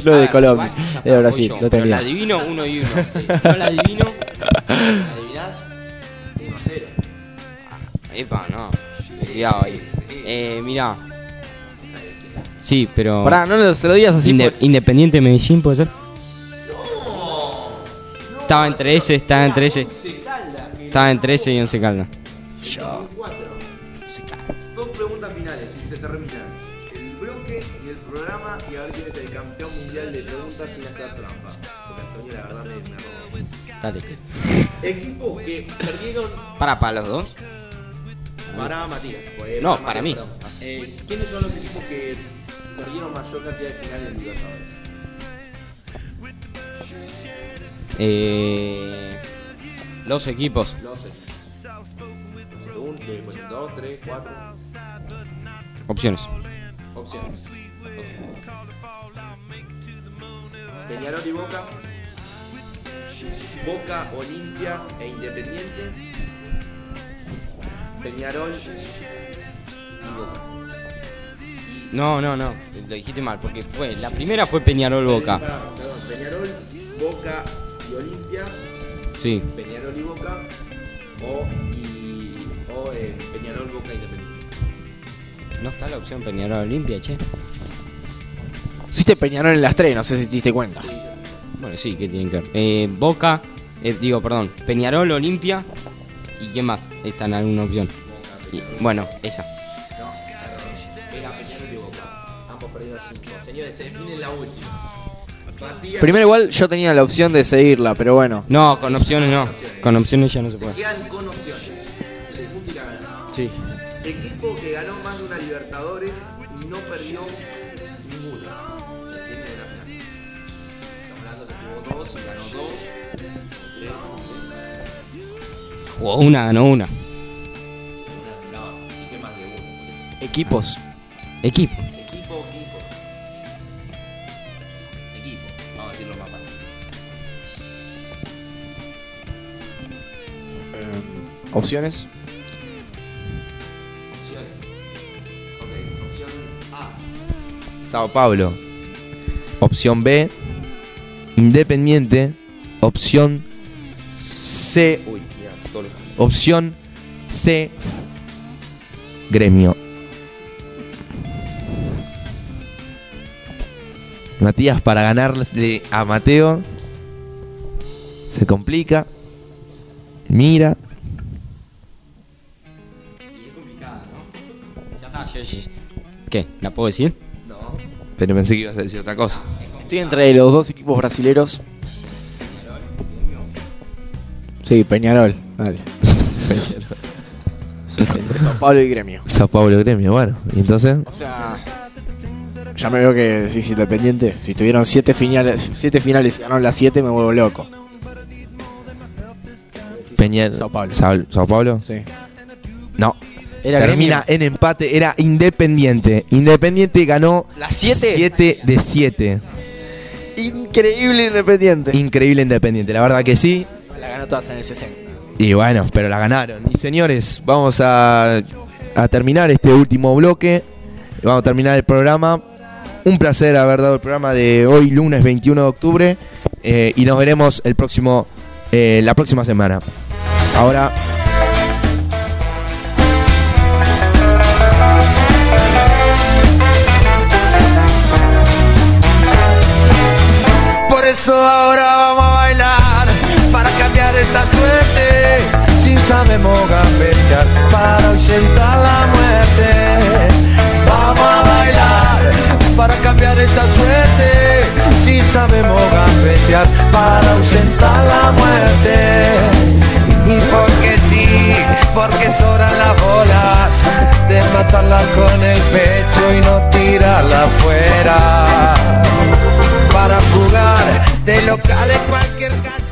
[SPEAKER 3] lo de Colombia.
[SPEAKER 2] Ya está,
[SPEAKER 3] Lo de
[SPEAKER 2] voy
[SPEAKER 3] Brasil,
[SPEAKER 2] yo.
[SPEAKER 3] lo
[SPEAKER 2] Pero La
[SPEAKER 3] tenía.
[SPEAKER 2] adivino uno y uno. sí. No la adivino. ¿La adivinás? 1 0. Epa, no. Cuidado ahí. Eh, mirá. Sí, pero.
[SPEAKER 3] Pará, no lo- se lo digas así.
[SPEAKER 2] Inde-
[SPEAKER 3] pues.
[SPEAKER 2] Independiente Medellín, ¿puede ser? Estaba entre ese, estaba entre ese. Estaba entre ese y Once Caldas.
[SPEAKER 8] Dos preguntas finales y se termina. El bloque y el programa y a ver quién es el campeón mundial de preguntas sin hacer trampa. Porque Antonio la verdad me, me robó.
[SPEAKER 2] Dale.
[SPEAKER 8] Equipos que perdieron
[SPEAKER 2] Para, para los dos.
[SPEAKER 8] para Matías. pues,
[SPEAKER 2] No, para
[SPEAKER 8] Matías,
[SPEAKER 2] mí.
[SPEAKER 8] perdón. Eh, ¿Quiénes son los equipos que perdieron mayor cantidad de finales en Libertadores?
[SPEAKER 2] Eh, los equipos.
[SPEAKER 8] Los equipos. Según, eh, bueno, dos, tres, cuatro
[SPEAKER 2] Opciones.
[SPEAKER 8] opciones. Peñarol y Boca. Boca, Olimpia e Independiente. Peñarol y Boca.
[SPEAKER 2] No, no, no. Lo dijiste mal, porque fue. La primera fue Peñarol Boca.
[SPEAKER 8] Pará, perdón, Peñarol, Boca y Olimpia.
[SPEAKER 2] Sí.
[SPEAKER 8] Peñarol y Boca. O, y, o eh, Peñarol, Boca e Independiente.
[SPEAKER 2] No está la opción Peñarol Olimpia, che.
[SPEAKER 3] Hiciste Peñarol en las tres, no sé si te diste cuenta.
[SPEAKER 2] Bueno, sí, que tienen que ver. Eh, Boca, eh, digo, perdón. Peñarol Olimpia. ¿Y quién más? Está en alguna opción. Y- bueno, esa.
[SPEAKER 8] No, perdón, era Peñarol y Boca. Ah, Ambos perdiendo 5. Señores, se define la última. Matías,
[SPEAKER 3] Primero igual yo tenía la opción de seguirla, pero bueno.
[SPEAKER 2] No, con opciones no. Con opciones ya no se puede.
[SPEAKER 8] quedan con opciones. El Funky la gana.
[SPEAKER 3] Sí.
[SPEAKER 8] Equipo que ganó más de una Libertadores y no perdió ninguna. Recién de la final. Estamos hablando que jugó dos y ganó dos.
[SPEAKER 2] Jugó una, ganó una.
[SPEAKER 8] No, y qué más de uno. por eso.
[SPEAKER 3] Equipos.
[SPEAKER 2] Equipo.
[SPEAKER 8] Equipo, equipo. Equipo, vamos a decirlo más fácil.
[SPEAKER 3] Opciones.
[SPEAKER 8] Opciones. Ok, opción A.
[SPEAKER 1] Sao Paulo. Opción B, Independiente. Opción C. Uy, mira, todo lo- Opción C, Gremio. Matías, para ganarle a Mateo, se complica. Mira,
[SPEAKER 2] ¿Qué? ¿La puedo decir?
[SPEAKER 1] pero pensé que ibas a decir otra cosa.
[SPEAKER 3] Estoy entre los dos equipos brasileros. Sí, Peñarol. Dale. Ah, entre San Pablo y Gremio.
[SPEAKER 1] Sao Paulo, Gremio, bueno. ¿Y entonces?
[SPEAKER 3] O sea, ya me veo que decís independiente. Si tuvieron siete finales, siete finales y ganaron las siete, me vuelvo loco.
[SPEAKER 1] Peñarol.
[SPEAKER 3] Sao Paulo.
[SPEAKER 1] Sao, Sao Paulo.
[SPEAKER 3] Sí.
[SPEAKER 1] No.
[SPEAKER 3] Era
[SPEAKER 1] Termina en empate, era Independiente. Independiente ganó
[SPEAKER 3] Las siete.
[SPEAKER 1] 7 de 7.
[SPEAKER 3] Increíble independiente.
[SPEAKER 1] Increíble Independiente, la verdad que sí.
[SPEAKER 3] La ganó todas en el 60.
[SPEAKER 1] Y bueno, pero la ganaron. Y señores, vamos a, a terminar este último bloque. Vamos a terminar el programa. Un placer haber dado el programa de hoy, lunes 21 de octubre. Eh, y nos veremos el próximo, eh, la próxima semana. Ahora
[SPEAKER 7] Por eso ahora vamos a bailar para cambiar esta suerte. Si sabemos gambetear para ausentar la muerte. Vamos a bailar para cambiar esta suerte. Si sabemos gambetear para ausentar la muerte. Y porque sí, porque sobran las bolas de matarla con el pecho y no tirarla afuera para jugar de locales cualquier cancha.